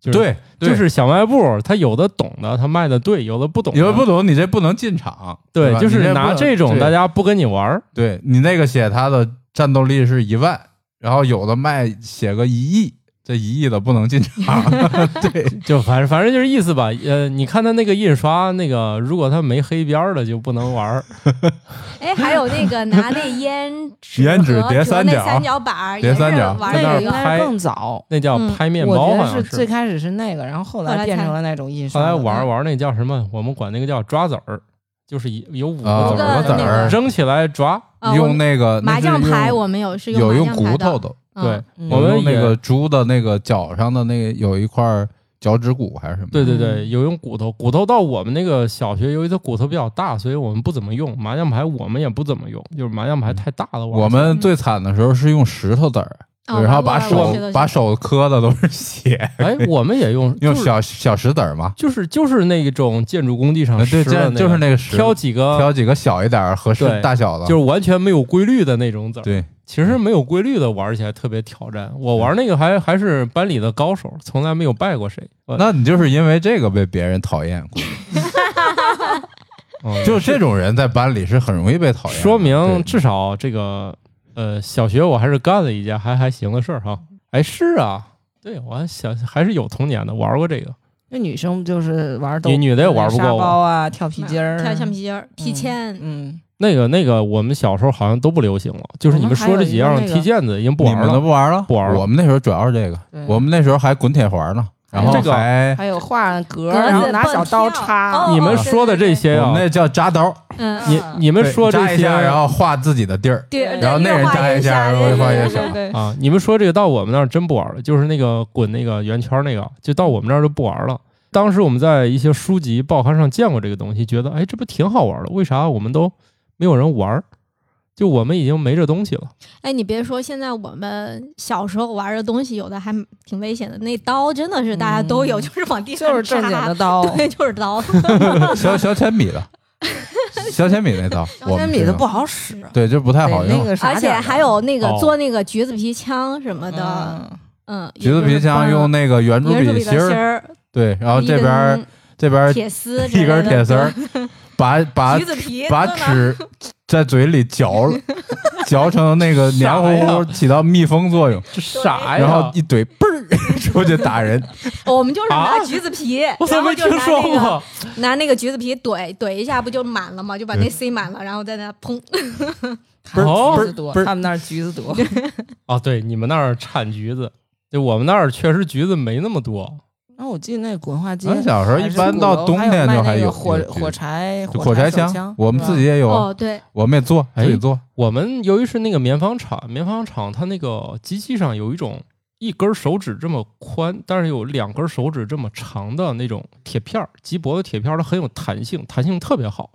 S3: 就是，
S1: 对，对
S3: 就是小卖部，他有的懂的，他卖的对，有的不懂的，
S1: 有的不懂，你这不能进场，
S3: 对，
S1: 吧
S3: 就是
S1: 你不
S3: 拿
S1: 能
S3: 这种
S1: 对
S3: 大家不跟你玩儿，
S1: 对你那个写他的战斗力是一万，然后有的卖写个一亿，这一亿的不能进 场，对，
S3: 就反正反正就是意思吧。呃，你看他那个印刷那个，如果他没黑边儿的就不能玩儿。
S4: 哎，还有那个 拿那烟纸
S1: 烟纸
S4: 和
S1: 叠
S4: 折
S1: 三
S4: 那
S1: 角
S4: 三角板儿，
S1: 叠
S4: 也是
S1: 三角
S4: 玩
S2: 年那
S4: 儿
S2: 个
S4: 这
S2: 应
S4: 个，
S2: 该更早，
S3: 那叫
S4: 嗯
S3: 拍面
S2: 我
S3: 包，
S2: 觉
S3: 好
S2: 得
S3: 像
S2: 最嗯开始是那个，然后后
S4: 后
S2: 来
S4: 来
S2: 变
S4: 才
S2: 成了那种印刷
S3: 后
S2: 的。
S3: 来玩儿玩儿那叫什么？我们管那个叫抓子儿，就是一有五
S1: 啊，五
S3: 个
S4: 五
S3: 子
S4: 个
S1: 个
S3: 儿
S1: 子
S4: 那
S1: 儿
S3: 扔起来抓。
S4: 啊我
S1: 用
S4: 们
S1: 那个
S4: 麻将牌，
S1: 我
S4: 我们有是
S1: 有
S4: 麻
S1: 用
S4: 将
S1: 骨
S4: 牌
S1: 头
S4: 的，
S1: 的，
S3: 对
S4: 嗯，
S2: 嗯
S3: 我们
S1: 用那
S3: 也
S1: 个猪的那个脚上的那个有一块脚趾骨还是什么？
S3: 对对
S2: 嗯
S3: 对，有用骨头，骨头到我们那个小学，由于它骨头比较大，所以我们不怎么用麻将牌，我们也不怎么用，就是麻将牌太大了。
S1: 我们最惨的时候是用石头子儿，
S4: 哦
S1: 然后
S4: 玩过
S1: 把
S4: 来我
S1: 手
S4: 觉得
S1: 把
S4: 是
S1: 手磕的都是 血，
S3: 哎，我们也用，
S1: 用
S3: 就是
S1: 小小石子儿嘛，
S3: 就是就是那种建筑工地上
S1: 呃对，
S3: 拾
S1: 这
S3: 的
S1: 样就是
S3: 那
S1: 那个石，
S3: 挑几个，
S1: 挑几个小一点儿合
S3: 对
S1: 适大小的，
S3: 就是完全没有规律的那种子儿。
S1: 对，
S3: 其实没有规律的玩起来特别挑战。我玩那个还还是班里的高手，从来没有败过谁。呃
S1: 那你就是因为这个被别人讨 厌过，
S3: 嗯
S1: 就这种人在班里是很容易被讨厌的，
S3: 说明
S1: 对
S3: 至少这个呃，小学我还是干了一件还还行的事儿哈。哎，是啊，对我还小还是有童年的，玩过这个。
S2: 那女生不就是玩儿都
S3: 女女的也玩不
S2: 沙
S3: 过我
S2: 包啊，跳皮筋儿，
S4: 跳橡皮筋儿、踢毽，
S2: 嗯，
S3: 那个那个，我们小时候好像都不流行了，就是你们说这几
S2: 我
S3: 样
S2: 们还有一个那
S3: 踢
S2: 个
S3: 毽子已经不
S1: 你
S3: 玩
S1: 们都
S3: 了。
S1: 不玩了，
S3: 不玩了
S1: 我们那时候主要是这个，
S2: 对
S1: 我们那时候还滚铁环呢，然后
S3: 哎这个
S1: 还
S2: 还有画格，
S6: 格子
S2: 然后拿小刀
S6: 蹦
S2: 插
S6: 跳哦。
S3: 你们说的这些
S1: 我
S3: 啊
S1: 们，那叫扎刀，
S4: 嗯，
S3: 你你们
S1: 对
S3: 说这
S1: 扎一
S3: 些，
S1: 下然后画自己的地 儿，
S6: 对，
S1: 然后那人扎一下，然后画一下。
S2: 对，
S3: 啊，你们说这个到我们那儿真不玩了，就是那个滚那个圆圈那个，就到我们那儿就不玩了。当时我们在一些书籍、报刊上见过这个东西，觉得哎，这不挺好玩的？为啥我们都没有人玩儿？就我们已经没这东西了。
S4: 哎，你别说，现在我们小时候玩的东西，有的还挺危险的。那刀真的是大家都有，
S2: 嗯
S4: 就是往地上
S2: 就是正经
S4: 插
S2: 的刀。
S4: 对，就是刀。
S1: 小小铅笔的，小铅笔那套，
S2: 小铅笔
S1: 我们
S2: 的
S1: 知道
S2: 不好使，
S1: 对，这 不太
S2: 得
S1: 好
S2: 那
S1: 用。
S2: 个啥
S4: 而且
S2: 点儿
S4: 还有那个
S3: 哦
S4: 做那个橘子皮枪什么
S2: 嗯
S4: 的，嗯，
S1: 橘子皮枪用那个圆珠
S4: 圆珠
S1: 笔
S4: 笔的
S1: 芯儿，
S4: 儿，
S1: 对，然后
S4: 一
S1: 这边儿
S4: 根
S1: 这边儿
S4: 铁丝之
S1: 一根
S4: 类的
S1: 铁丝儿，把把
S3: 啊
S4: 橘子皮
S1: 把
S4: 搁那儿
S1: 纸 在嘴里嚼嚼成那个黏糊糊，起到密封作用，
S3: 这哎啥呀？
S1: 然后一怼嘣儿出去打人。
S4: 我们就是拿
S3: 啊
S4: 橘子皮，
S3: 我怎
S4: 然
S3: 么
S4: 后
S3: 没
S4: 就
S3: 听
S4: 拿
S3: 说
S4: 那个
S3: 过？
S4: 拿那个橘子皮怼怼一下，不就满了吗？就把那塞满了，然后在那砰。
S2: 他们橘
S1: 不
S2: 子
S1: 是
S2: 多，
S1: 不是
S2: 他们那儿橘子多。
S3: 哦，对，你们那儿产橘子，对我们那儿确实橘子没那么多。
S2: 那我记得那滚化机，
S1: 咱小时候一般到冬天就还
S2: 还有卖那
S1: 有
S2: 个火
S1: 有橘子
S2: 火柴
S1: 就火柴
S2: 手
S1: 枪，我们自己
S2: 是吧
S1: 也有，
S4: 哦，对，
S1: 我们也做，自己做。
S3: 我们由于是那个棉纺厂，棉纺厂它那个机器上有一种一根手指这么宽，但是有两根手指这么长的那种铁片儿，极薄的铁片儿，它很有弹性，弹性特别好。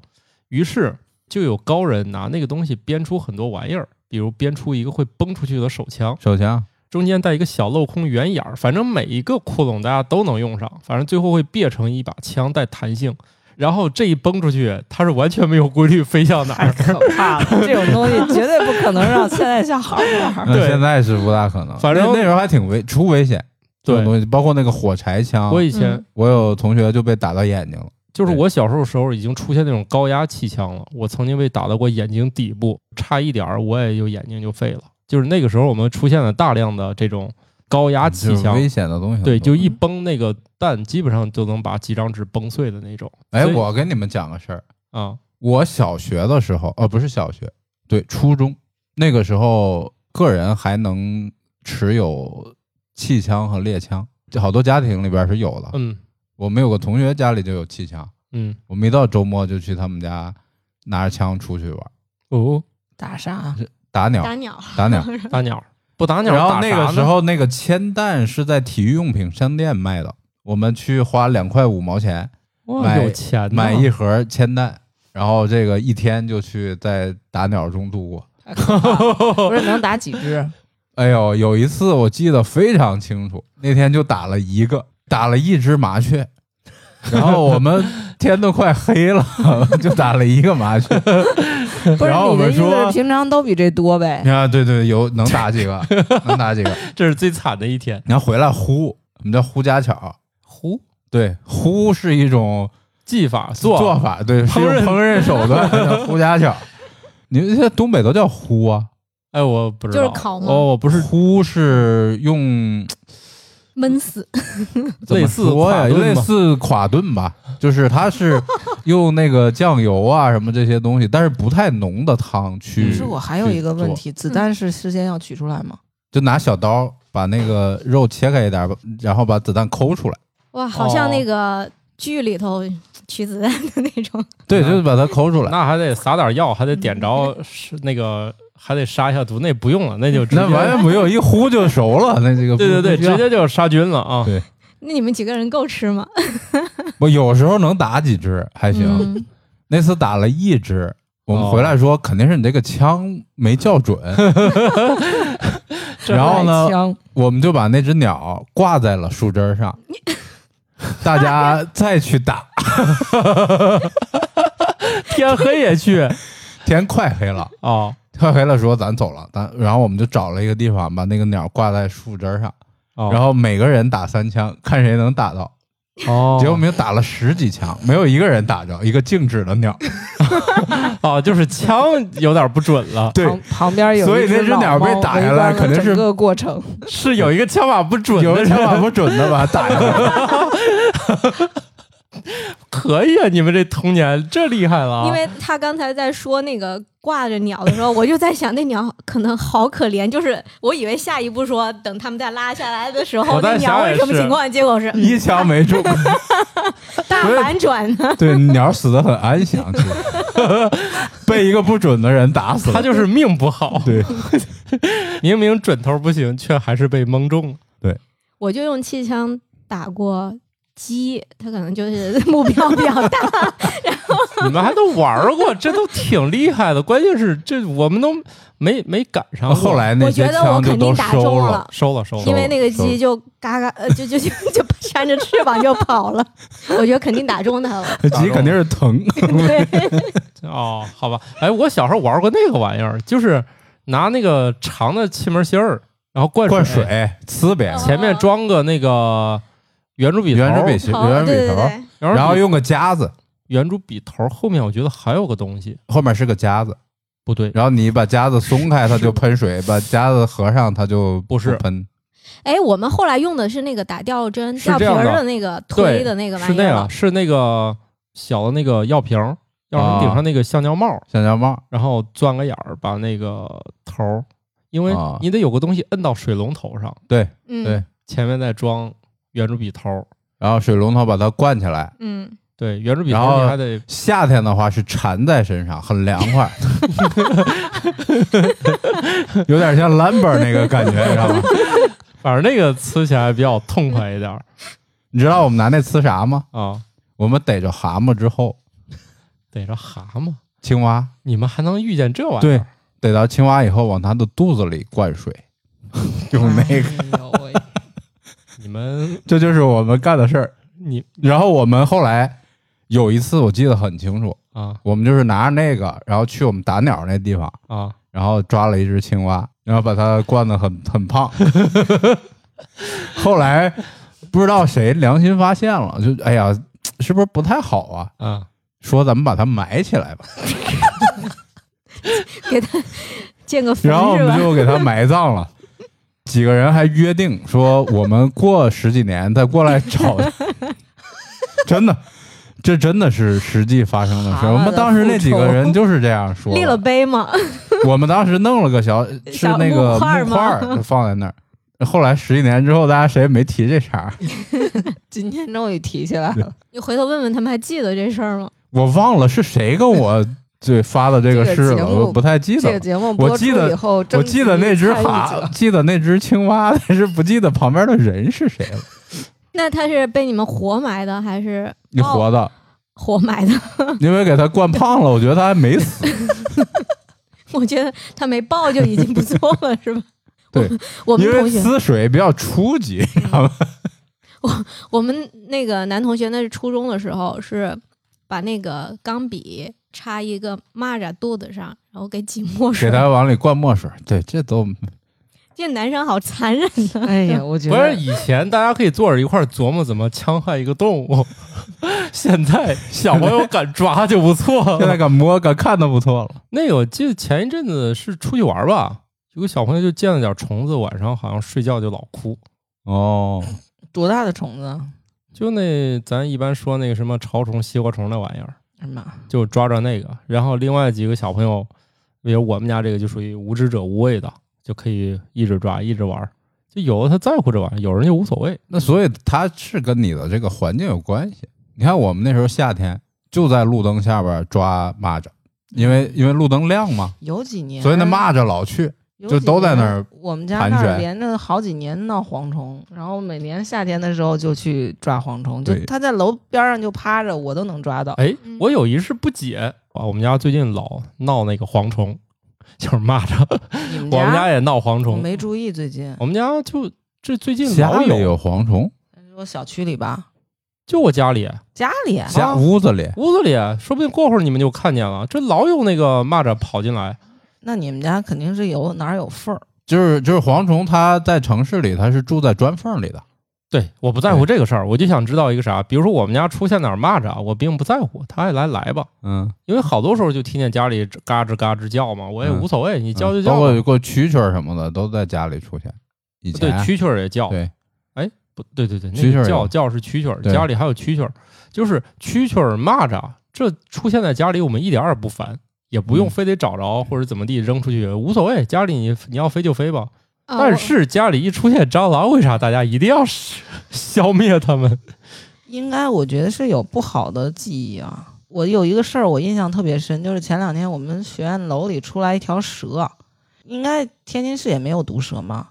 S3: 于是就有高人拿那个东西编出很多玩意儿，比如编出一个会崩出去的手枪，
S1: 手枪，
S3: 中间带一个小镂空圆眼儿，反正每一个窟窿大家都能用上，反正最后会别成一把枪带弹性。然后这一崩出去，它是完全没有规律飞向哪
S2: 太
S3: 儿，
S2: 可怕了，这种东西绝对不可能让现在小孩儿玩儿。
S1: 那
S3: 对
S1: 现在是不大可能。
S3: 反正
S1: 那那时候还挺危，除危险。这种
S3: 对
S1: 东西，包括那个火柴枪，
S3: 我以前、
S4: 嗯
S1: 我有同学就被打到眼睛了。
S3: 就是
S1: 对
S3: 我小时候时候已经出现那种高压气枪了，我曾经被打到过眼睛底部，差一点儿我也就眼睛就废了。就是那个时候我们出现了大量的这种高压气
S1: 嗯就是
S3: 枪，
S1: 危险的东西很多。
S3: 对，就一崩那个弹，基本上就能把几张纸崩碎的那种。
S1: 哎，
S3: 所以
S1: 我跟你们讲个事儿，
S3: 啊，
S1: 我小学的时候，呃，不是小学，对，初中那个时候，个人还能持有气枪和猎枪，这好多家庭里边是有的。
S3: 嗯
S1: 我们有个同学家里就有气枪，
S3: 嗯，
S1: 我们一到周末就去他们家拿着枪出去玩，
S3: 哦，
S2: 打 啊啥？
S1: 打鸟，
S4: 打鸟，
S1: 打鸟。
S3: 打鸟儿不打鸟儿
S1: 然后
S3: 打
S1: 那
S3: 啥
S1: 个
S3: 呢
S1: 时候，那个铅弹是在体育用品商店卖的，我们去花两块五毛钱
S3: 哇，
S1: 买
S3: 有钱呐
S1: 买一盒铅弹，然后这个一天就去在打鸟中度过。
S2: 太可怕了不是能打 几只？
S1: 哎呦，有一次我记得非常清楚，那天就打了一个，打了一只麻雀，然后我们天都快黑了， 就打了一个麻雀。
S2: 不是
S1: 然后我
S2: 你的
S1: 们
S2: 意思是
S1: 说
S2: 平常都比这多呗？
S1: 啊，对对，有能打几 个，能打几个。
S3: 这是最惨的一天。
S1: 然后回来呼，我们叫呼家巧。
S3: 呼，
S1: 对，呼是一种
S3: 技法
S1: 做
S3: 做
S1: 法，对，是
S3: 烹
S1: 用
S3: 饪
S1: 烹饪手段叫呼家巧。你们现在东北都叫呼啊？
S3: 哎，我不知
S4: 就
S3: 道，
S4: 是烤吗
S3: 哦，我不
S1: 不是
S3: 是
S1: 呼是用
S4: 闷死。
S1: 怎么
S3: 类似
S1: 说呀，
S3: 垮炖吗
S1: 类似垮炖吧，就是它是用那个酱油啊什么这些东西，但是不太浓的汤去。
S2: 嗯可是我还有一个问
S1: 去
S2: 题，子弹是事先要取出来吗？
S1: 做，就拿小刀把那个肉切开一点儿，把然后把子弹抠出来。
S4: 哇，好像
S3: 哦
S4: 那个剧里头取子弹的那种。
S1: 对，
S3: 嗯
S1: 就是把它抠出来。
S3: 那还得撒点药，还得点着是那个，还得杀一下毒，那不用了，那就直接
S1: 那完全不用，一呼就熟了。那这个不
S3: 对对对，
S1: 不需要
S3: 直接就杀菌了啊！
S1: 对
S4: 那你们几个人够吃吗？
S1: 我有时候能打几只还行。
S4: 嗯
S1: 那次打了一只，我们
S3: 哦
S1: 回来说肯定是你这个枪没校 准，然后呢
S2: 买，枪
S1: 我们就把那只鸟挂在了树枝上， 大家再去打。
S3: 天黑也去
S1: 天快黑了，
S3: 哦
S1: 快黑了说咱走了，咱然后我们就找了一个地方把那个鸟挂在树枝上，
S3: 哦，
S1: 然后每个人打三枪，看谁能打到。
S3: 哦，
S1: 结果我们又打了十几枪，没有一个人打着一个静止的鸟。
S3: 哦，就是枪有点不准了，
S1: 对，
S2: 旁旁边有一，
S1: 所以那只鸟被打下来肯定是
S2: 整个过程。
S3: 是有一个枪法不 准
S1: 有
S3: 的
S1: 的
S3: 人
S1: 枪法不准的吧，打下来。
S3: 可以啊，你们这童年这厉害了啊。
S4: 因为他刚才在说那个挂着鸟的时候，我就在想，那鸟可能好可怜。就是我以为下一步说，等他们再拉下来的时候
S3: 我，在
S4: 那鸟
S3: 想也
S4: 会什么
S3: 是嗯
S4: 情况？结果是
S1: 一枪没中，
S4: 大
S1: 不是
S4: 反转呢。
S1: 对，鸟死的很安详，其实被一个不准的人打死了。
S3: 他就是命不好，
S1: 对，
S3: 明明准头不行，却还是被蒙中了。
S4: 我就用气枪打过鸡，它可能就是 目标比较大。
S3: 你们还都玩儿过，这都挺厉害的。关键是这我们都没没赶上过。
S1: 后来那
S4: 我觉
S1: 些
S4: 得我
S1: 枪就
S4: 肯定
S1: 都
S4: 打
S1: 收
S4: 中
S1: 了。
S4: 了，
S3: 收了收了，
S4: 因为那个鸡就嘎嘎，呃，就就就就扇着翅膀就跑了。我觉得肯定打中它 了。
S1: 这鸡肯定是疼，
S4: 对，
S3: 哦，好吧，哎，我小时候玩过那个玩意儿，就是拿那个长的气门芯儿，然后灌
S1: 灌水呲别人，
S4: 嗯
S3: 前面装个那个圆珠笔头，
S1: 圆珠笔芯，
S4: 好，
S1: 圆珠笔
S4: 对对
S1: 头，
S4: 对，
S3: 然
S1: 然后
S3: 后
S1: 用个夹子，
S3: 圆珠笔头后面我觉得还有个东西，
S1: 后面是个夹子，
S3: 不对，
S1: 然后你把夹子松开，它就喷水；把夹子合上，它就
S3: 不是
S1: 喷。
S4: 哎，我们后来用的是那个打吊针、
S3: 是
S4: 吊
S3: 这
S4: 瓶
S3: 样
S4: 儿
S3: 的
S4: 那个
S3: 对
S4: 推的那个玩
S3: 是
S4: 意
S3: 那
S4: 儿
S3: 样，
S4: 了。
S3: 是那个小的那个药瓶儿，药瓶
S1: 啊
S3: 顶上那个橡胶帽，
S1: 橡胶帽
S3: 然后钻个眼儿，把那个头儿，因为
S1: 啊
S3: 你得有个东西摁到水龙头上，
S4: 嗯，
S1: 对
S3: 前面再装圆珠笔头儿。
S1: 然后水龙头把它灌起来。
S4: 嗯，
S3: 对，圆珠笔头
S1: 然后
S3: 儿你还得
S1: 夏天的话是缠在身上，很凉快，有点像 Lambert 那个感觉，你知道吗？
S3: 反正那个呲起来比较痛快一点儿
S1: 你知道我们拿那呲啥吗？
S3: 啊。
S1: 我们逮着蛤蟆之后，
S3: 逮着蛤蟆，
S1: 青蛙
S3: 你们还能遇见这玩意儿？
S1: 逮到青蛙以后，往它的肚子里灌水，用那个，
S2: 哎呦喂，
S3: 你们
S1: 这就是我们干的事儿。
S3: 你
S1: 然后我们后来有一次我记得很清楚，
S3: 啊
S1: 我们就是拿着那个，然后去我们打鸟那地方，
S3: 啊，
S1: 然后抓了一只青蛙，然后把它灌得很很胖。 后来不知道谁良心发现了，就哎呀，是不是不太好啊？
S3: 啊，
S1: 说咱们把它埋起来 吧，
S4: 给它建个坟
S1: 然后我
S4: 是
S1: 们
S4: 吧？
S1: 就给它埋葬了。几个人还约定说，我们过十几年再过来 找它。真的，这真的是实际发生的事。
S2: 蛤蟆的
S1: 我们当时那几个
S2: 复仇
S1: 人就是这样说的。
S4: 立了碑嘛，
S1: 我们当时弄了个小，是那个
S4: 木块儿吗
S1: 木块儿放在那儿。后来十几年之后，大家谁也没提这茬儿，
S2: 今天终于提起来了，
S4: 你回头问问他们还记得这事儿吗？
S1: 我忘了是谁跟我对发的这个
S2: 这个
S1: 事
S2: 节
S1: 了，
S2: 目
S1: 我不太记
S2: 这
S1: 得
S2: 个
S1: 了。
S2: 节目播
S1: 我
S2: 出
S1: 记得
S2: 以后，
S1: 我
S2: 征
S1: 记得那
S2: 集
S1: 只
S2: 参与
S1: 蛤
S2: 者，
S1: 记得那只青蛙，但是不记得旁边的人是谁了。
S4: 那他是被你们活埋的还是哦
S1: 你活的，
S4: 活埋的？
S1: 因为给它灌胖了，我觉得它还没死。
S4: 我觉得他没报就已经不错了，是吧？
S1: 对，
S4: 我们
S1: 因为
S4: 同学，
S1: 呲水比较初级，
S4: 我们那个男同学那是初中的时候，是把那个钢笔插一个蚂蚱肚子上，然后给挤墨水
S1: 给。它往里灌墨水。对，这都
S4: 这男生好残忍 啊 呐！
S2: 哎呀，我觉
S3: 不是
S2: 得
S3: 以前大家可以坐着一块儿琢磨怎么戕害一个动物， 现在小朋友敢抓就不错
S1: 现在
S3: 了。
S1: 敢摸敢看都不错了。
S3: 那个我记得前一阵子是出去玩儿吧，有个小朋友就见了点虫子，晚上好像睡觉就老哭，
S1: 哦，
S2: 多大的虫子啊？
S3: 就那咱一般说那个什么潮虫、西瓜虫那玩意儿，
S2: 哎呀妈，
S3: 就抓着那个。然后另外几个小朋友，比如我们家这个就属于无知者无畏的，就可以一直抓一直玩儿。就有的他在乎这玩意儿，有人就无所谓。
S1: 那所以它是跟你的这个环境有关系。你看我们那时候夏天就在路灯下边抓蚂蚱，因
S3: 嗯
S1: 为因为路灯亮嘛，
S2: 有几年，
S1: 所以那蚂蚱老去。
S2: 有
S1: 就
S2: 几
S1: 都在
S2: 年
S1: 那儿
S2: 我们家
S1: 盘
S2: 那儿
S1: 旋
S2: 连着好几年闹蝗虫，然后每年夏天的时候就去抓蝗虫，就
S1: 对
S2: 它在楼边上就趴着，我都能抓到。
S3: 哎
S4: 嗯，
S3: 我有一事不解啊，我们家最近老闹那个蝗虫， 就是蚂蚱，
S1: 哎
S2: 你们
S3: 我们家
S2: 家
S3: 也闹蝗
S2: 我
S3: 虫。
S2: 没注意最近，
S1: 哦
S3: 我们家就这最近
S1: 家
S3: 老
S1: 里有蝗虫，
S2: 我小区里吧，
S3: 就我家里
S2: 家里啊
S3: 啊
S1: 家屋子里
S3: 屋子里，说不定过会儿你们就看见了。这老有那个蚂蚱跑进来，
S2: 那你们家肯定是有哪儿有缝儿，
S1: 就是就是蝗虫，它在城市里它是住在砖缝里的，
S3: 对，我不在乎这个事儿，我就想知道一个啥，比如说我们家出现哪儿蚂蚱，我并不在乎，它爱来来吧，
S1: 嗯，
S3: 因为好多时候就听见家里嘎吱嘎吱叫嘛，我也
S1: 嗯
S3: 无所谓，你叫就
S1: 包
S3: 叫吧。
S1: 括过蛐蛐儿什么的都在家里出现。以
S3: 对
S1: 前，
S3: 蛐蛐儿也叫，哦
S1: 对，
S3: 哎，不对对对，
S1: 蛐蛐
S3: 那
S1: 儿有
S3: 个叫叫是蛐蛐儿，
S1: 对
S3: 家里还有蛐蛐儿，就是蛐蛐儿、蚂蚱，这出现在家里我们一点儿也不烦，也不用
S1: 嗯
S3: 非得找着或者怎么地扔出去，无所谓，家里你你要飞就飞
S2: 哦
S3: 吧。
S4: 呃
S3: 但
S4: 我
S3: 是家里一出现蟑螂，为啥大家一定要 消灭它们？
S2: 应该我觉得是有不好的记忆啊。我有一个事儿我印象特别深，就是前两天我们学院楼里出来一条蛇，应该天津市也没有毒蛇嘛。
S3: 嗯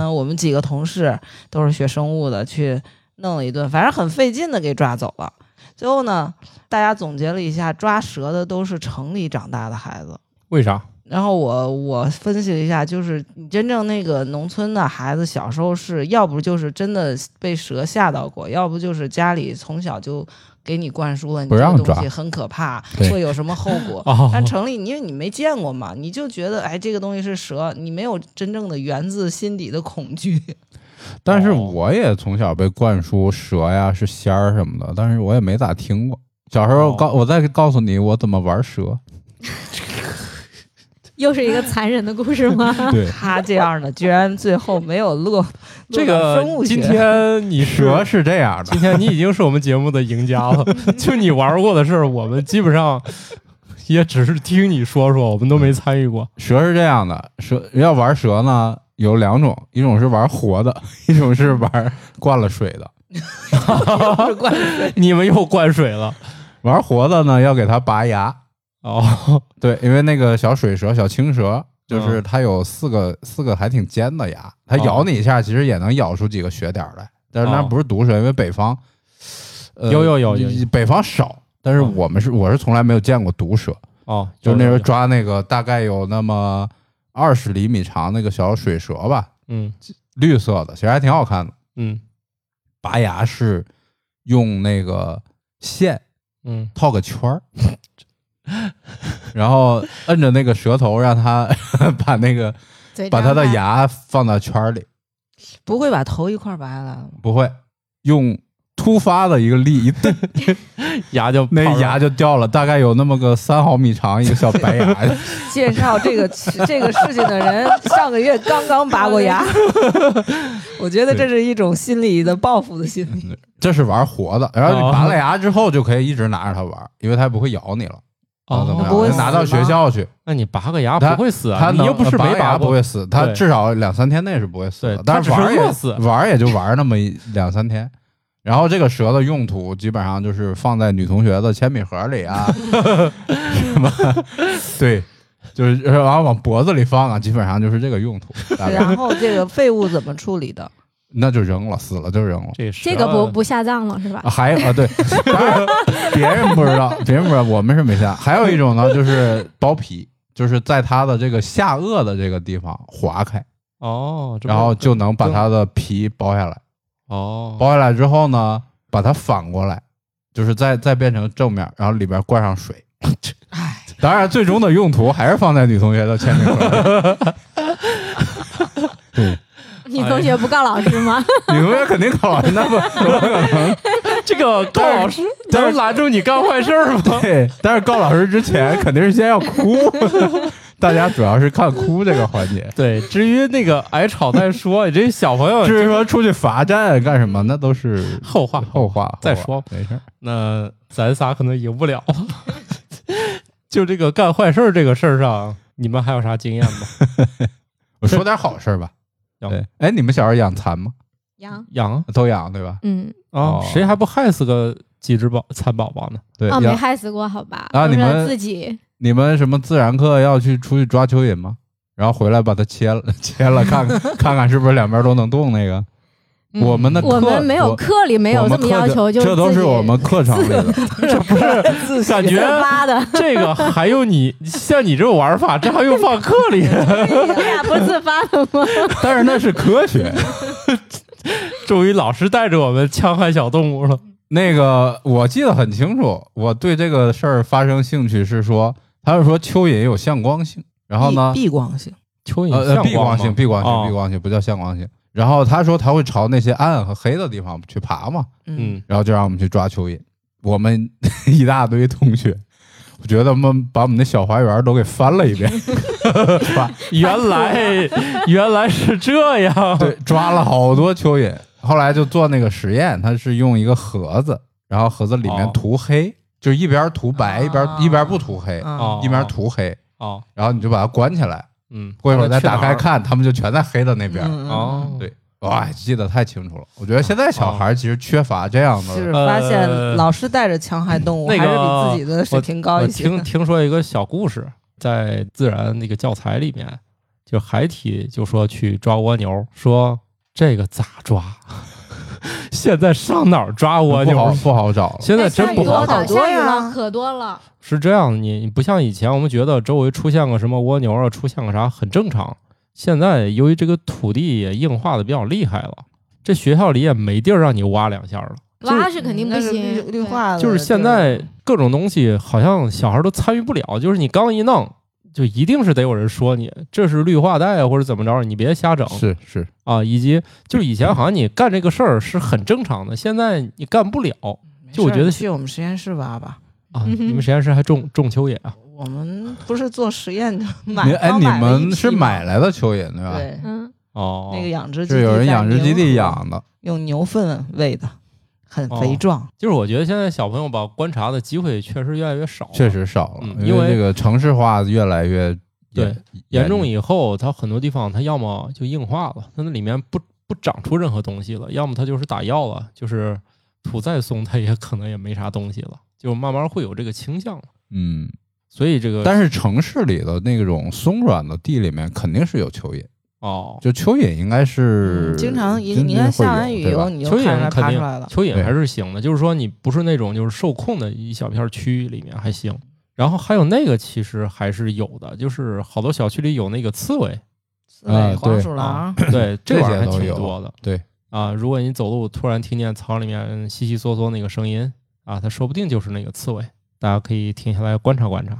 S2: 嗯，我们几个同事都是学生物的，去弄了一顿，反正很费劲的给抓走了。最后呢，大家总结了一下，抓蛇的都是城里长大的孩子。
S3: 为啥？
S2: 然后我我分析了一下，就是你真正那个农村的孩子，小时候是要不就是真的被蛇吓到过，要不就是家里从小就给你灌输了你
S1: 不
S2: 这
S1: 让
S2: 个东
S1: 抓
S2: 西很可怕，
S1: 对
S2: 会有什么后 果。
S3: 哦，
S2: 但城里，因为你没见过嘛，你就觉得哎，这个东西是蛇，你没有真正的源自心底的恐惧。
S1: 但是我也从小被灌输蛇呀是仙儿什么的，但是我也没咋听过。小时候
S3: 哦
S1: 告我再告诉你我怎么玩蛇，
S4: 又是一个残忍的故事吗？
S1: 对，
S2: 他这样的居然最后没有落
S3: 这
S2: 落到
S3: 个
S2: 生物
S3: 今
S2: 学，
S3: 天你是
S1: 蛇是这样的
S3: 今，天你已经是我们节目的赢家 了，就你玩过的事儿，我们基本上也只是听你说说，我们都没参与过。
S1: 蛇是这样的，蛇要玩蛇呢有两种，一种是玩活的， 一种是玩灌了水的。
S3: 嗯
S2: 是怪
S3: 你们又灌水了
S1: 玩活的呢要给它拔牙，
S3: 哦，
S1: 对，因为那个小水蛇、小青蛇，
S3: 嗯
S1: 就是它有四个、四个还挺尖的牙，它咬你一下，其实也能咬出几个血点儿来。但是那
S3: 哦
S1: 不是毒蛇，因为北方，呃，
S3: 有有有有有
S1: 北方少，但是
S3: 嗯
S1: 我们是、我是从来没有见过毒蛇，
S3: 哦，
S1: 就是那时
S3: 有
S1: 候
S3: 有
S1: 抓那个大概有那么二十厘米长那个小水蛇吧，
S3: 嗯
S1: 绿色的，其实还挺好看的。
S3: 嗯
S1: 拔牙是用那个线
S3: 嗯，
S1: 套个圈儿，然后摁着那个蛇头，让它把那个
S4: 嘴
S1: 把
S4: 张
S1: 它的
S4: 开
S1: 牙放到圈儿里，
S2: 不会把头一块儿拔下来了吗？
S1: 不会用突发的一个力一蹬，
S3: 牙就
S1: 那
S3: 泡上
S1: 牙就掉了，大概有那么个三毫米长一个小白牙。
S2: 介绍这个这个事情 的人，上个月刚刚拔过 牙，我觉得这是一种心理的报复的心理。
S1: 这是玩活的，然后你
S2: 哦
S1: 拔了牙之后就可以一直拿着它玩，因为它不会咬你了。然后怎么
S3: 哦，
S1: 样
S2: 不会死
S1: 拿到学校去，
S3: 那你拔个牙
S1: 它
S3: 不会死啊？
S1: 它
S3: 你
S1: 能
S3: 又不是
S1: 拔
S3: 没
S1: 个牙
S3: 拔
S1: 不
S3: 过
S1: 会死，它
S3: 对
S1: 至少两三天内是不会死的
S3: 对。
S1: 但是
S3: 它只
S1: 玩儿
S3: 是
S1: 也
S3: 饿死
S1: 玩儿也就玩儿那么一两三天。然后这个蛇的用途基本上就是放在女同学的铅笔盒里 啊，什么对，就是然后往脖子里放啊，基本上就是这啊个用途。大概
S2: 然后这个废物怎么处理的？
S1: 那就扔了，死了就扔了。
S3: 这
S4: 这个不不下葬了是吧
S1: 啊？还有啊，对，当然别人不知道，别人不知道，我们是没下。还有一种呢，就是剥皮，就是在它的这个下颚的这个地方划开，
S3: 哦，这不
S1: 然后就能把
S3: 更
S1: 它的皮剥下来。
S3: 哦
S1: 剥下来之后呢，把它反过来，就是再再变成正面，然后里边灌上水。 当然，最终的用途还是放在女同学的铅笔盒里。 对，
S4: 女同
S1: 哎
S4: 学不告老师吗？
S1: 女同学肯定考完，那不怎么可能？
S3: 这个高老师
S1: 但是
S3: 能拦住你干坏事儿吗？
S1: 对，但是告老师之前肯定是先要哭， 大家主要是看哭这个环节。
S3: 对，至于那个挨吵再说，你这小朋友
S1: 至于说出去罚站干什么，那都是
S3: 后话
S1: 后话，
S3: 再
S1: 后话
S3: 说吧
S1: 没事儿。
S3: 那咱仨可能赢不了 了。就这个干坏事儿这个事儿上，你们还有啥经验 吗？
S1: 我说点好事儿吧。
S3: 行
S1: 对，哎，你们小时候养蚕吗？
S4: 羊，
S3: 养
S1: 都养对吧？
S4: 嗯，
S3: 啊，
S1: 哦
S3: 谁还不害死个几只宝蚕宝宝呢？
S1: 对，
S4: 哦，没
S1: 养
S4: 害死过，好吧？
S1: 啊
S4: 都
S1: 你
S4: 是
S1: 们
S4: 自己
S1: 你们什么自然课要去出去抓蚯蚓吗？然后回来把它切了， 切 了看看看看是不是两边都能动那个。
S4: 嗯
S1: 我们的课
S4: 我们没有
S1: 我
S4: 课里没有
S1: 我
S4: 这
S1: 们
S4: 么
S1: 课
S4: 要求，就
S1: 这这都
S4: 自
S1: 是
S4: 己
S1: 我们课程里的。
S2: 自学
S3: 感觉
S4: 自 发的，
S3: 这个还有你像你这种玩法，这还用放课 里？
S4: 你俩不是自发的吗？
S1: 但是那是 科学。
S3: 终于老师带着我们戕害小动物了。
S1: 那个我记得很清楚，我对这个事儿发生兴趣是说，他是说蚯蚓有向光性，然后呢，
S2: 避光性，
S3: 蚯蚓
S1: 呃呃，
S3: 向
S1: 避光
S3: 光
S1: 性，
S3: 吗
S1: 避光
S3: 哦
S1: 性，避光性不叫向光性。然后他说他会朝那些暗和黑的地方去爬嘛，
S2: 嗯，
S3: 嗯，
S1: 然后就让我们去抓蚯蚓。我们 一大堆同学，我觉得我们把我们那小花园都给翻了一 遍，抓
S3: 原来原来是这样。
S1: 对，抓了好多蚯蚓，后来就做那个实验，他是用一个盒子，然后盒子里面
S3: 哦
S1: 涂黑，就是一边涂白一边
S2: 啊
S1: 一边不涂黑，
S2: 啊
S3: 哦，
S1: 一边涂黑，
S3: 哦，
S1: 然后你就把它关起来，
S3: 嗯，
S1: 过一会儿再打开
S3: 去哪
S1: 看，他们就全在黑的那边。
S3: 儿
S2: 嗯
S3: 哦，
S1: 对哇，记得太清楚了。我觉得现在小孩其实缺乏这样
S2: 就
S1: 的
S2: 是发现
S3: 呃
S2: 老是带着强害动物，
S3: 那个
S2: 还是比自己的水平高
S3: 我
S2: 啊一些。
S3: 听听说一个小故事，在自然那个教材里面，就海体就说去抓蜗牛，说这个咋抓？ 现在上哪儿抓蜗
S1: 不好
S3: 牛？
S1: 不好找了。
S3: 现在真不好
S2: 多
S3: 找
S2: 了。
S4: 下雨
S2: 呀
S4: 了，可多了。
S3: 是这样，你你不像以前我们觉得周围出现个什么蜗牛啊，出现个啥很正常。现在由于这个土地也硬化的比较厉害了，这学校里也没地儿让你挖两下了。就是
S4: 挖是肯定不
S2: 那是绿
S4: 行，
S2: 绿化的，
S3: 就是现在各种东西好像小孩都参与不了，就是你刚一弄，就一定是得有人说你这是绿化带啊或者怎么着，你别瞎整
S1: 是是，
S3: 啊。以及就是以前好像你干这个事儿是很正常的，现在你干不了
S2: 对，
S3: 就我觉得
S2: 没事儿去我们实验室挖吧。
S3: 啊。
S4: 嗯哼
S3: 你们实验室还种种蚯蚓啊？
S2: 我们不是做实验的，买
S1: 你哎，
S2: 刚
S1: 你
S2: 买了一
S1: 们
S2: 批
S1: 是
S2: 吗
S1: 买来的蚯蚓对吧？
S2: 对
S4: 嗯，
S3: 哦，
S2: 那个养殖基
S1: 是
S2: 地
S1: 有人
S2: 在
S1: 养殖基
S2: 宁
S1: 地
S2: 河，
S1: 养的，
S2: 用牛粪喂的，很肥
S3: 哦
S2: 壮。
S3: 就是我觉得现在小朋友吧，观察的机会确实越来越少，
S1: 确。实少了，
S3: 嗯
S1: 因
S3: 因为
S1: 这个城市化越来越
S3: 对
S1: 严
S3: 严重
S1: 一
S3: 以后，它很多地方它要么就硬化了，它那里面不不长出任何东西了；要么它就是打药了，就是土再松，它也可能也没啥东西了，就慢慢会有这个倾向了。
S1: 嗯，
S3: 所以这个
S1: 但是城市里的那种松软的地里面肯定是有蚯蚓，
S3: 哦，
S1: 就蚯蚓应该是
S2: 嗯经常一
S1: 真
S2: 你
S1: 的会
S2: 看
S1: 有
S2: 下完雨以
S1: 对吧
S2: 后，你就看
S3: 蚯
S2: 出
S3: 蚓
S2: 来
S3: 肯
S2: 爬出
S3: 定
S2: 来了。
S3: 蚯蚓
S1: 对
S3: 还是行的，就是说你不是那种就是受控的一小片区域里面还行。然后还有那个其实还是有的，就是好多小区里有那个刺猬，
S2: 刺猬、
S1: 啊
S2: 黄
S1: 对
S2: 鼠 狼，
S3: 对，这
S1: 这
S3: 玩意
S1: 些
S3: 儿还
S1: 都
S3: 挺
S1: 有
S3: 多的。
S1: 对
S3: 啊，如果你走路突然听见草里面悉悉嗦嗦那个声音啊，它说不定就是那个刺猬。大家可以停下来观察观察。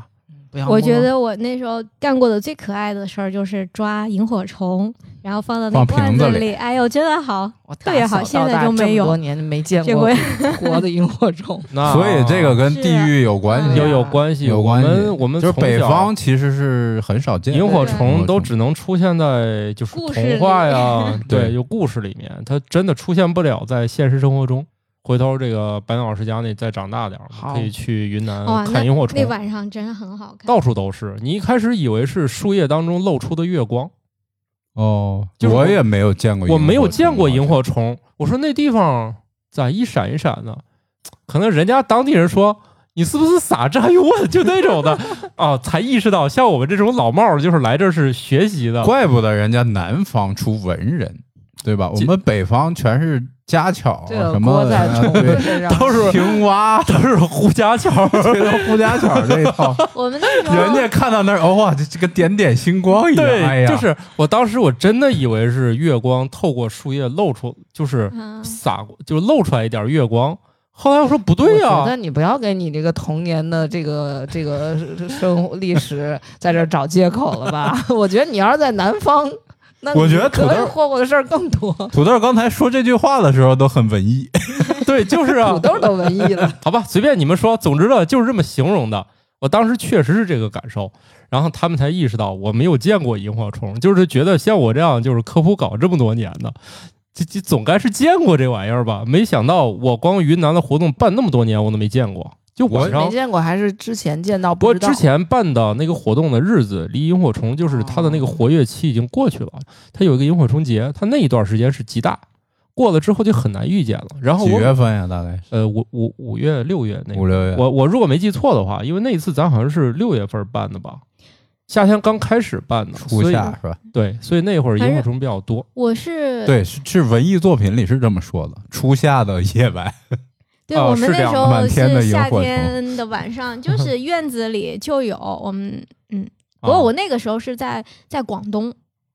S2: 不要
S4: 我
S2: 摸
S4: 觉得我那时候干过的最可爱的事儿就是抓萤火虫，然后放到那
S1: 放瓶
S4: 罐
S1: 子
S4: 子
S1: 里
S4: 哎呦，真的好，
S2: 我
S4: 特别
S2: 打
S4: 好
S2: 小
S4: 现
S2: 到
S4: 在
S2: 大
S4: 就
S2: 这
S4: 没
S2: 么
S4: 有
S2: 多年没见
S4: 结
S2: 过
S4: 果
S2: 活的萤火 虫。
S3: 那
S1: 所以这个跟
S2: 啊
S4: 是
S1: 地域有关
S2: 嗯
S1: 系，
S3: 有有
S4: 啊
S3: 关系，
S1: 有关系
S3: 我们我们
S1: 就是
S3: 从
S1: 北
S3: 小
S1: 方其实是很少见的
S3: 萤火
S4: 对
S3: 虫都只能出现在就是
S4: 故事
S3: 童
S4: 里
S3: 话呀，
S1: 对
S3: 对，有故事里面，它真的出现不了在现实生活中。回头这个白老师家那再长大点儿，
S2: 好
S3: 可以去云
S4: 哇
S3: 南，
S4: 那
S3: 看萤火虫
S4: 那，晚上真的很好看。
S3: 到处都是。你一开始以为是树叶当中露出的月光，
S1: 哦，
S3: 就是
S1: 我
S3: 我
S1: 也没有见过，
S3: 我没有见过萤，火虫。我说那地方咋一闪一闪的？可能人家当地人说你是不是傻子还用问？ 就那种的啊，才意识到像我们这种老帽儿就是来这儿是学习的。
S1: 怪不得人家南方出文人，对吧？我
S3: 这
S1: 们北方全是家巧啊
S2: 这个
S1: 什么
S2: 锅在虫 子
S1: 对
S2: 身上，
S3: 都是
S1: 青蛙，
S3: 都是 胡家桥，
S1: 这都胡家巧 这一套，
S4: 我们那时候
S1: 人家看到那儿，哦哇，这这个点点星光一样，哎
S3: 对，
S1: 呀，
S3: 就是我当时我真的以为是月光透过树叶露出，就是
S4: 嗯
S3: 洒过，就露出来一点月光。后来我说不对啊呀、
S2: 我觉得你不要给你这个童年的这个这个生活历 史在这儿找借口了吧？ 我觉得你要是在南方，那
S1: 我觉得土
S2: 可
S1: 豆
S2: 能霍霍的事儿更多，
S1: 土豆刚才说这句话的时候都很文艺，
S3: 对，就是啊
S2: 土，豆都文艺了。
S3: 好吧，随便你们说，总之呢就是这么形容的。我当时确实是这个感受，然后他们才意识到我没有见过萤火虫，就是觉得像我这样就是科普搞这么多年的，这这总该是见过这玩意儿吧？没想到我光云南的活动办那么多年，我都没见过。就晚上
S2: 没见过，还是之前见到
S3: 不
S2: 不
S3: 过
S2: 知道
S3: 之前办的那个活动的日子，离萤火虫就是它的那个活跃期已经过去了。它有一个萤火虫节，它那一段时间是极大，过了之后就很难遇见了。然后
S1: 几
S3: 我
S1: 月份呀？大概是
S3: 呃五五五月六月那
S1: 五
S3: 个，
S1: 六月，
S3: 我我如果没记错的话，因为那一次咱好像是六月份办的吧，夏天刚开始办的，
S1: 初
S3: 所以
S1: 夏是吧？
S3: 对，所以那会儿
S4: 反
S3: 萤
S4: 正
S3: 火虫比较多。
S4: 我是
S1: 对，是是文艺作品里是这么说的，初夏的夜晚，
S4: 对，
S3: 哦
S4: 我们
S3: 是这
S4: 那
S3: 样
S4: 时
S3: 的
S4: 候
S1: 满天的
S4: 是
S1: 萤
S4: 夏
S1: 火虫
S4: 天的晚上，就是院子里就有我们嗯，不
S3: 啊
S4: 过我那个时候是在在广东，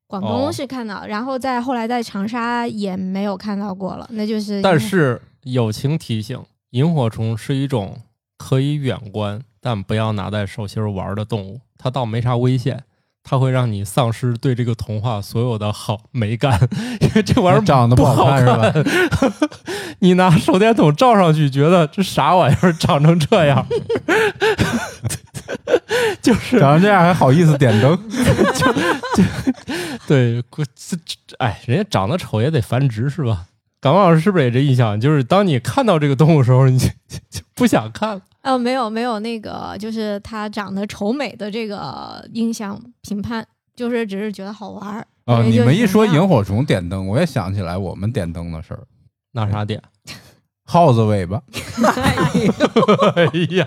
S4: 广
S3: 哦
S4: 东是看到，然后在后来在长沙也没有看到过了，那就是因
S3: 但
S4: 为
S3: 是友情提醒，萤火虫是一种可以远观但不要拿在手心儿玩的动物，它倒没啥危险。它会让你丧失对这个童话所有的好美感， 因为这玩意儿
S1: 长得
S3: 不
S1: 好看是吧？
S3: 看你拿手电筒照上去，觉得这啥玩意儿长成这样，就 是
S1: 长成这样还好意思点 灯？
S3: 对，这这哎，人家长得丑也得繁殖是吧？感冒老师是不是也这印象？就是当你看到这个动物的时候，你就就不想看了。
S4: 呃，没有没有那个，就是它长得丑美的这个印象评判，就是只是觉得好玩儿。
S1: 啊！
S4: 对
S1: 你
S4: 就是
S1: 们一说
S4: 同样
S1: 萤火虫点灯，我也想起来我们点灯的事儿，
S3: 拿啥点？
S1: 耗子尾巴。
S3: 哎呀，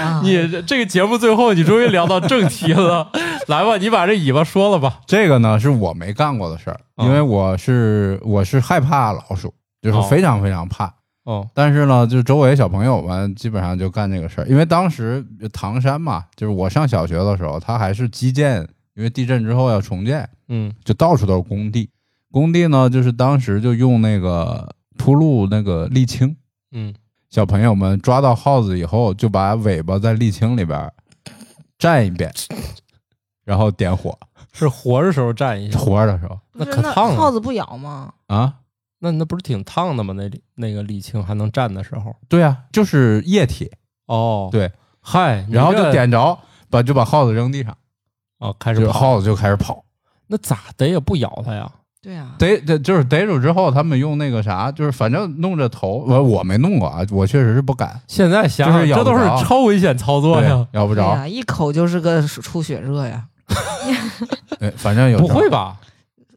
S2: 啊
S3: 你这这个节目最后你终于聊到正题了， 来吧，你把这尾巴说了吧。
S1: 这个呢是我没干过的事儿，
S3: 啊
S1: 因为我是我是害怕老鼠，就是非常非常怕。
S3: 哦，
S1: 但是呢，就周围小朋友们基本上就干这个事儿，因为当时唐山嘛，就是我上小学的时候，它还是基建，因为地震之后要重建，
S3: 嗯
S1: 就到处都是工地。工地呢，就是当时就用那个铺路那个沥青，
S3: 嗯，
S1: 小朋友们抓到耗子以后，就把尾巴在沥青里边儿蘸一遍，然后点火，
S3: 是活着时候蘸一下，
S1: 活着的时候
S2: 不
S3: 那
S2: 是
S3: 可
S2: 那
S3: 烫
S2: 耗
S3: 了。
S2: 子不咬吗？
S1: 啊。
S3: 那那不是挺烫的吗？那里那个沥青还能蘸的时候。
S1: 对啊，就是液体，
S3: 哦，
S1: 对，
S3: 嗨，你
S1: 然后就
S3: 这
S1: 点着，把就把耗子扔地上，
S3: 哦，开始
S1: 就
S3: 跑。
S1: 耗子就开始跑，
S3: 那咋逮也不咬它呀？
S2: 对啊，
S1: 逮逮就是逮住之后，他们用那个啥，就是反正弄着头，我我没弄过啊，我确实是不敢，
S3: 现在想
S1: 就
S3: 想，
S1: 是咬
S3: 这
S1: 不
S3: 都是
S1: 着啊
S3: 超危险操作呀
S1: 对，！咬不
S2: 对啊
S1: 着，
S2: 呀，一口就是个出血热呀，
S1: 哎，反正有
S3: 不会？吧？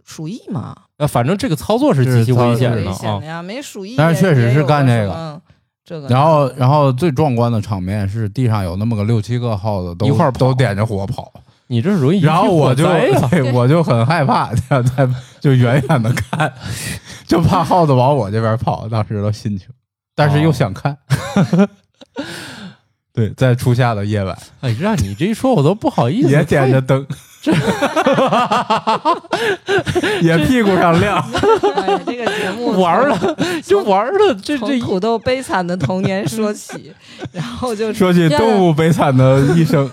S2: 鼠疫嘛，
S3: 呃，反正这个操作是
S1: 就是
S3: 极其
S1: 操
S3: 危
S1: 作
S3: 险
S1: 是
S3: 的
S2: 危
S3: 啊
S2: 险的。呀，没鼠疫也。
S1: 但是确实
S2: 也
S1: 是
S2: 有
S1: 干
S2: 过
S1: 这个
S2: 什么嗯这 个。
S1: 然后，然后最壮观的场面是地上有那么个六七个耗子都
S3: 一块儿跑
S1: 都点着火跑，
S3: 你这是容易引起
S1: 然后我
S3: 火
S1: 就
S3: 灾啊 呀
S1: 对我就很害怕， 在在就远远的看， 就怕耗子往我这边跑，当时的心情，但
S3: 哦
S1: 是又想看。 对，在初夏的夜晚，
S3: 哎，让你这一说，我都不好意思。
S1: 也点着灯，也屁股上亮，
S2: 哎呀这个节目
S3: 太 玩儿了，就玩儿了。这
S2: 从
S3: 这
S2: 土豆悲惨的童年说起，然后就
S1: 说起动物悲惨的一 生，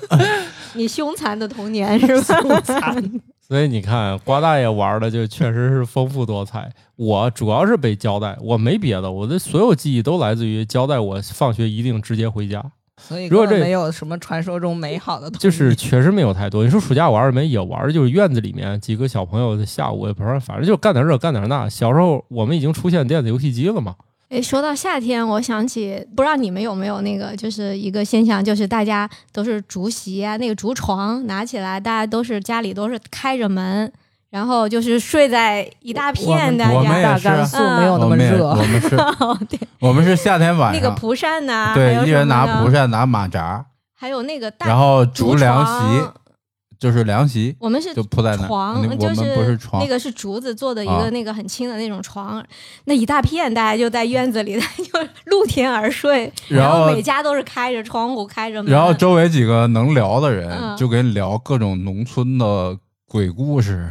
S4: 你凶残的童年是吧？
S3: 所以你看，瓜大爷玩的就确实是丰富多彩。我主要是被交代，我没别的，我的所有记忆都来自于交代我放学一定直接回家，
S2: 所以
S3: 如果
S2: 根本
S3: 这
S2: 没有什么传说中美好的童年，
S1: 嗯
S3: 就是确实没有太多。你说暑假玩什么也玩，就是院子里面几个小朋友的下午，也不是反正就干点这干点那。小时候我们已经出现电子游戏机了嘛，
S4: 诶，说到夏天，我想起不知道你们有没有那个，就是一个现象，就是大家都是竹席啊，那个竹床拿起来，大家都是家里都是开着门，然后就是睡在一大
S2: 我
S4: 片
S2: 们
S4: 大
S1: 我们
S4: 家
S1: 也
S2: 大
S1: 是啊
S2: 甘肃没有那
S1: 我
S2: 么
S1: 们也我
S2: 热，
S1: 们是，
S4: 对
S1: 我们是夏天晚
S4: 那个
S1: 上，
S4: 蒲扇呐、还有
S1: 对，一
S4: 什
S1: 人
S4: 么
S1: 拿
S4: 呢
S1: 蒲，扇，拿马扎，
S4: 还有那个大
S1: 然后
S4: 竹
S1: 竹凉席
S4: 床，
S1: 就是凉席，
S4: 我们是
S1: 就铺在那儿。
S4: 床
S1: 那
S4: 就
S1: 我们不是床，
S4: 那个是竹子做的一
S1: 啊
S4: 个那个很轻的那种床，那一大片大家就在院子里， 大家就露天而睡，
S1: 然
S4: 然
S1: 后
S4: 每家都是开着窗户，开着门，
S1: 然后周围几个能聊的人
S4: 嗯
S1: 就给你聊各种农村的鬼故 事，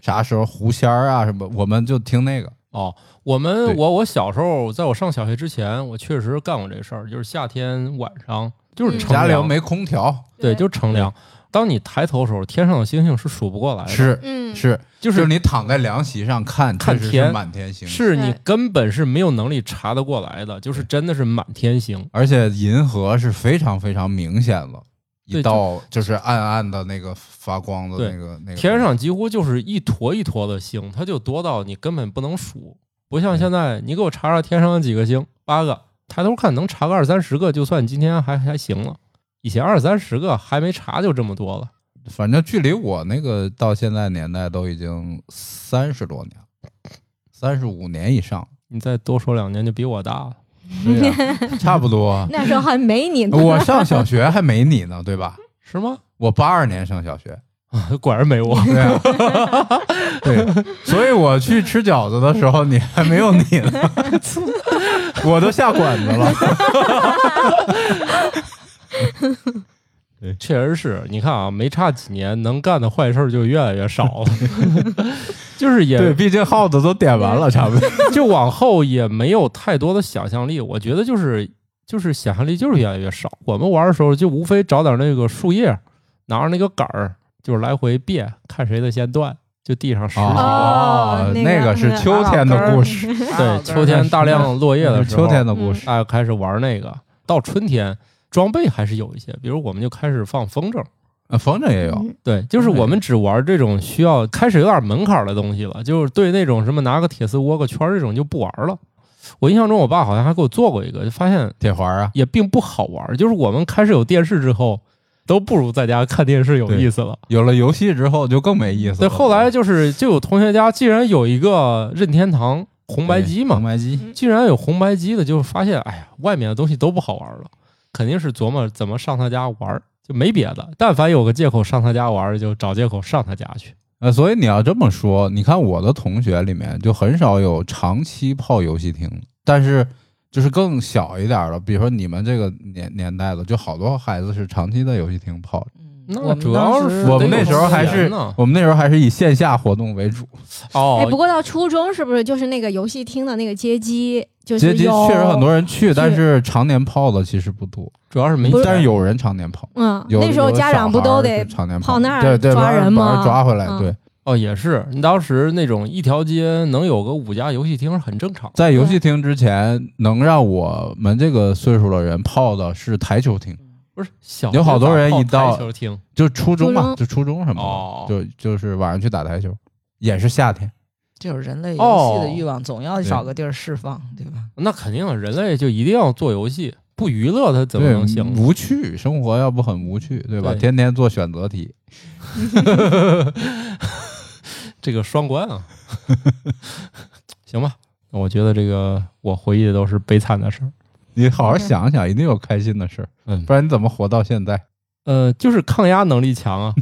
S1: 啥时候狐仙儿啊什么，我们就听那个。
S3: 哦，我们
S1: 对
S3: 我我小时候，在我上小学之前，我确实干过这事儿，就是夏天晚上，就是
S4: 嗯
S3: 乘
S1: 家里又
S3: 凉，
S1: 没空调，
S3: 对，就是乘凉。当你抬头的时候，天上的星星是数不过来的，
S1: 是
S4: 嗯
S1: 是，
S3: 就
S1: 就是
S3: 是
S1: 你躺在凉席上看，
S3: 看
S1: 确实是
S3: 天
S1: 满天星，
S3: 是你
S4: 对。
S3: 根本是没有能力查得过来的，就是真的是满天星。
S1: 而且银河是非常非常明显的。一
S3: 对就
S1: 道就是暗暗的那个发光的
S3: 对
S1: 那个那个
S3: 天上几乎就是一坨一坨的星，它就多到你根本不能数。不像现在，你给我查查天上有几个星，八个，抬头看能查个二三十个，就算今天还还行了。以前二三十个还没查就这么多了，
S1: 反正距离我那个到现在年代都已经三十多年了，三十五年以上，
S3: 你再多说两年就比我大了。
S1: 对呀、 差不多
S4: 那时候还 没你呢，
S1: 我上小学还没你呢，对吧？
S3: 是吗？
S1: 我八二年上小学，
S3: 果然没我。
S1: 对、啊，对，所以我去吃饺子的时候，你还没有你呢， 我都下馆子了。
S3: 确实是你看啊，没差几年，能干的坏事儿就越来越少了， 就是
S1: 对，
S3: 也
S1: 毕竟耗子都点完了，差不 多。
S3: 就往后也没有太多的想象力。我觉得就是就是想象力就是越来越少。我们玩的时候就无非找点那个树叶，拿着那个杆儿，就是来回别，看谁的先断，就地上拾起来。
S4: 哦那个
S1: 那个是秋天的故事，
S3: 对，秋天大量落叶的
S1: 是
S3: 时候，
S1: 哦嗯
S3: 哎
S1: 秋天的故事。
S3: 大家开始玩那个。到春天，装备还是有一些，比如我们就开始放风筝，
S1: 啊，风筝也有，
S4: 嗯
S3: 对，就是我们只玩这种需要开始有点门槛的东西了，就是对那种什么拿个铁丝窝个圈儿这种就不玩了。我印象中，我爸好像还给我做过一个，就发现
S1: 铁环啊，
S3: 也并不好玩儿。就是我们开始有电视之后，都不如在家看电视有意思了。
S1: 有了游戏之后就更没意思
S3: 对，
S1: 了。
S3: 后来就是就有同学家竟然有一个任天堂红白机嘛
S1: 红，白
S4: 嗯
S1: 机，
S3: 竟然有红白机的，就发现哎呀，外面的东西都不好玩了，肯定是琢磨怎么上他家玩儿，就没别的。但凡有个借口上他家玩儿，就找借口上他家去。
S1: 呃，所以你要这么说，你看我的同学里面就很少有长期泡游戏厅的，但是就是更小一点儿的，比如说你们这个年年代的，就好多孩子是长期在游戏厅泡着。
S3: 那
S2: 嗯我们
S3: 主
S2: 当
S3: 要
S2: 时
S3: 是
S1: 我
S3: 得
S1: 们那
S3: 有
S1: 时候还
S3: 资源
S1: 是
S3: 呢
S1: 我们那时候还是以线下活动为主，
S3: 哦，
S4: 哎，不过到初中是不是就是那个游戏厅的那个街机，就是
S1: 街机
S4: 有
S1: 确实很多人去，
S4: 是
S1: 但是常年泡的其实不多，
S3: 主要是没
S1: 但
S3: 钱
S1: 是有人常年泡。
S4: 嗯，
S1: 有
S4: 那时候
S1: 有的
S4: 家
S1: 小
S4: 长不
S1: 孩
S4: 都
S1: 儿
S4: 得
S1: 是常年
S4: 跑
S1: 泡
S4: 那儿
S1: 对对
S4: 抓
S1: 把
S4: 人
S1: 把
S4: 吗
S1: 抓回来，
S4: 嗯
S1: 对，
S3: 哦，也是。你当时那种一条街能有个五家游戏厅是很正常的。
S1: 在游戏厅之前，能让我们这个岁数的人泡的是台球厅，
S3: 不是小
S1: 有好多人一到
S3: 球厅
S1: 就初中嘛，
S4: 初中
S1: 就初中什么的，
S3: 哦
S1: 就就是晚上去打台球，也是夏天。
S2: 这就是人类游戏
S3: 哦
S2: 的欲望，总要找个地儿释放，对吧？
S3: 那肯定啊人类就一定要做游戏，不娱乐它怎么
S1: 对嗯
S3: 能行？
S1: 无趣，生活要不很无趣，对吧？
S3: 对
S1: 天天做选择题，
S3: 这个双关啊， 行吧。那我觉得这个我回忆的都是悲惨的事儿。
S1: 你好好想
S4: 嗯
S1: 想，一定有开心的事儿，
S3: 嗯
S1: 不然你怎么活到现在？
S3: 呃，就是抗压能力强啊，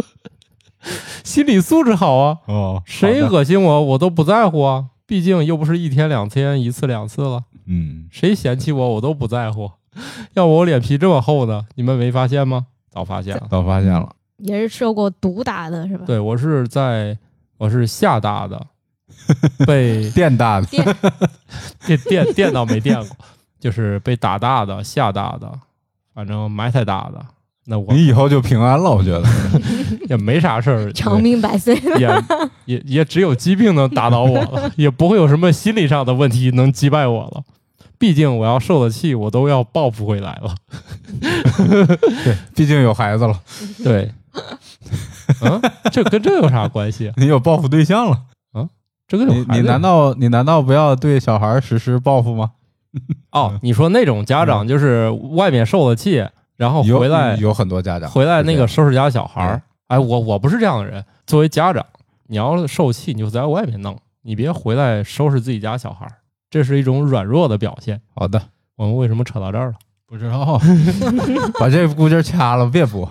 S3: 心理素质好啊，
S1: 哦，
S3: 谁
S1: 好的
S3: 恶心我我都不在乎啊，毕竟又不是一天两天一次两次了。
S1: 嗯，
S3: 谁嫌弃我，我都不在乎。要我脸皮这么厚呢？你们没发现吗？早发现了。
S1: 早发现了，
S4: 也是受过毒打的是吧？
S3: 对我是在我是厦大的，被
S1: 电大的
S3: 电电电到没电过，就是被打大的、厦大的，反正埋汰大的。那我
S1: 你以后就平安了，我觉 得。
S3: 也没啥事儿，
S4: 长命百岁。
S3: 也 也也只有疾病能打倒我了，也不会有什么心理上的问题能击败我了。毕竟我要受的气，我都要报复回来了。
S1: 对，毕竟有孩子了，
S3: 对，嗯，这跟这有啥关系啊？
S1: 你有报复对象了，
S3: 这跟有
S1: 你
S3: 孩
S1: 你
S3: 子
S1: 难道你难道不要对小孩实施报复吗？
S3: 哦？
S1: 嗯
S3: 你说那种家长就是外面受了气，然后
S1: 有
S3: 哦回来
S1: 嗯有很多家长
S3: 回来那个
S1: 是嗯
S3: 收拾家小孩儿，哎，我我不是这样的人。作为家长，你要是受气，你就在外面弄，你别回来收拾自己家小孩儿，这是一种软弱的表现。
S1: 好的，
S3: 我们为什么扯到这儿了？
S1: 不知道， 把这估计掐了，别 播。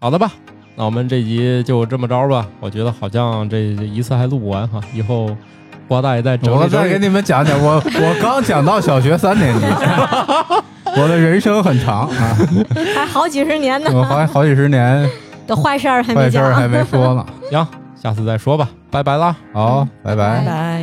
S3: 好的吧，那我们这集就这么着吧。我觉得好像这这一次还录不完哈，以后瓜大爷再整
S1: 我
S3: 理整
S1: 再给
S3: 理。
S1: 你们讲讲，我我刚讲到小学三 年级，我的人生很长啊，
S4: 还好几十年呢
S1: 我好好几十年
S4: 的坏事儿还
S1: 坏
S4: 没
S1: 事
S4: 讲
S1: 儿。还没说呢。
S3: 行，下次再说吧，拜拜啦。
S1: 好，拜拜。
S2: 拜拜。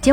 S5: 节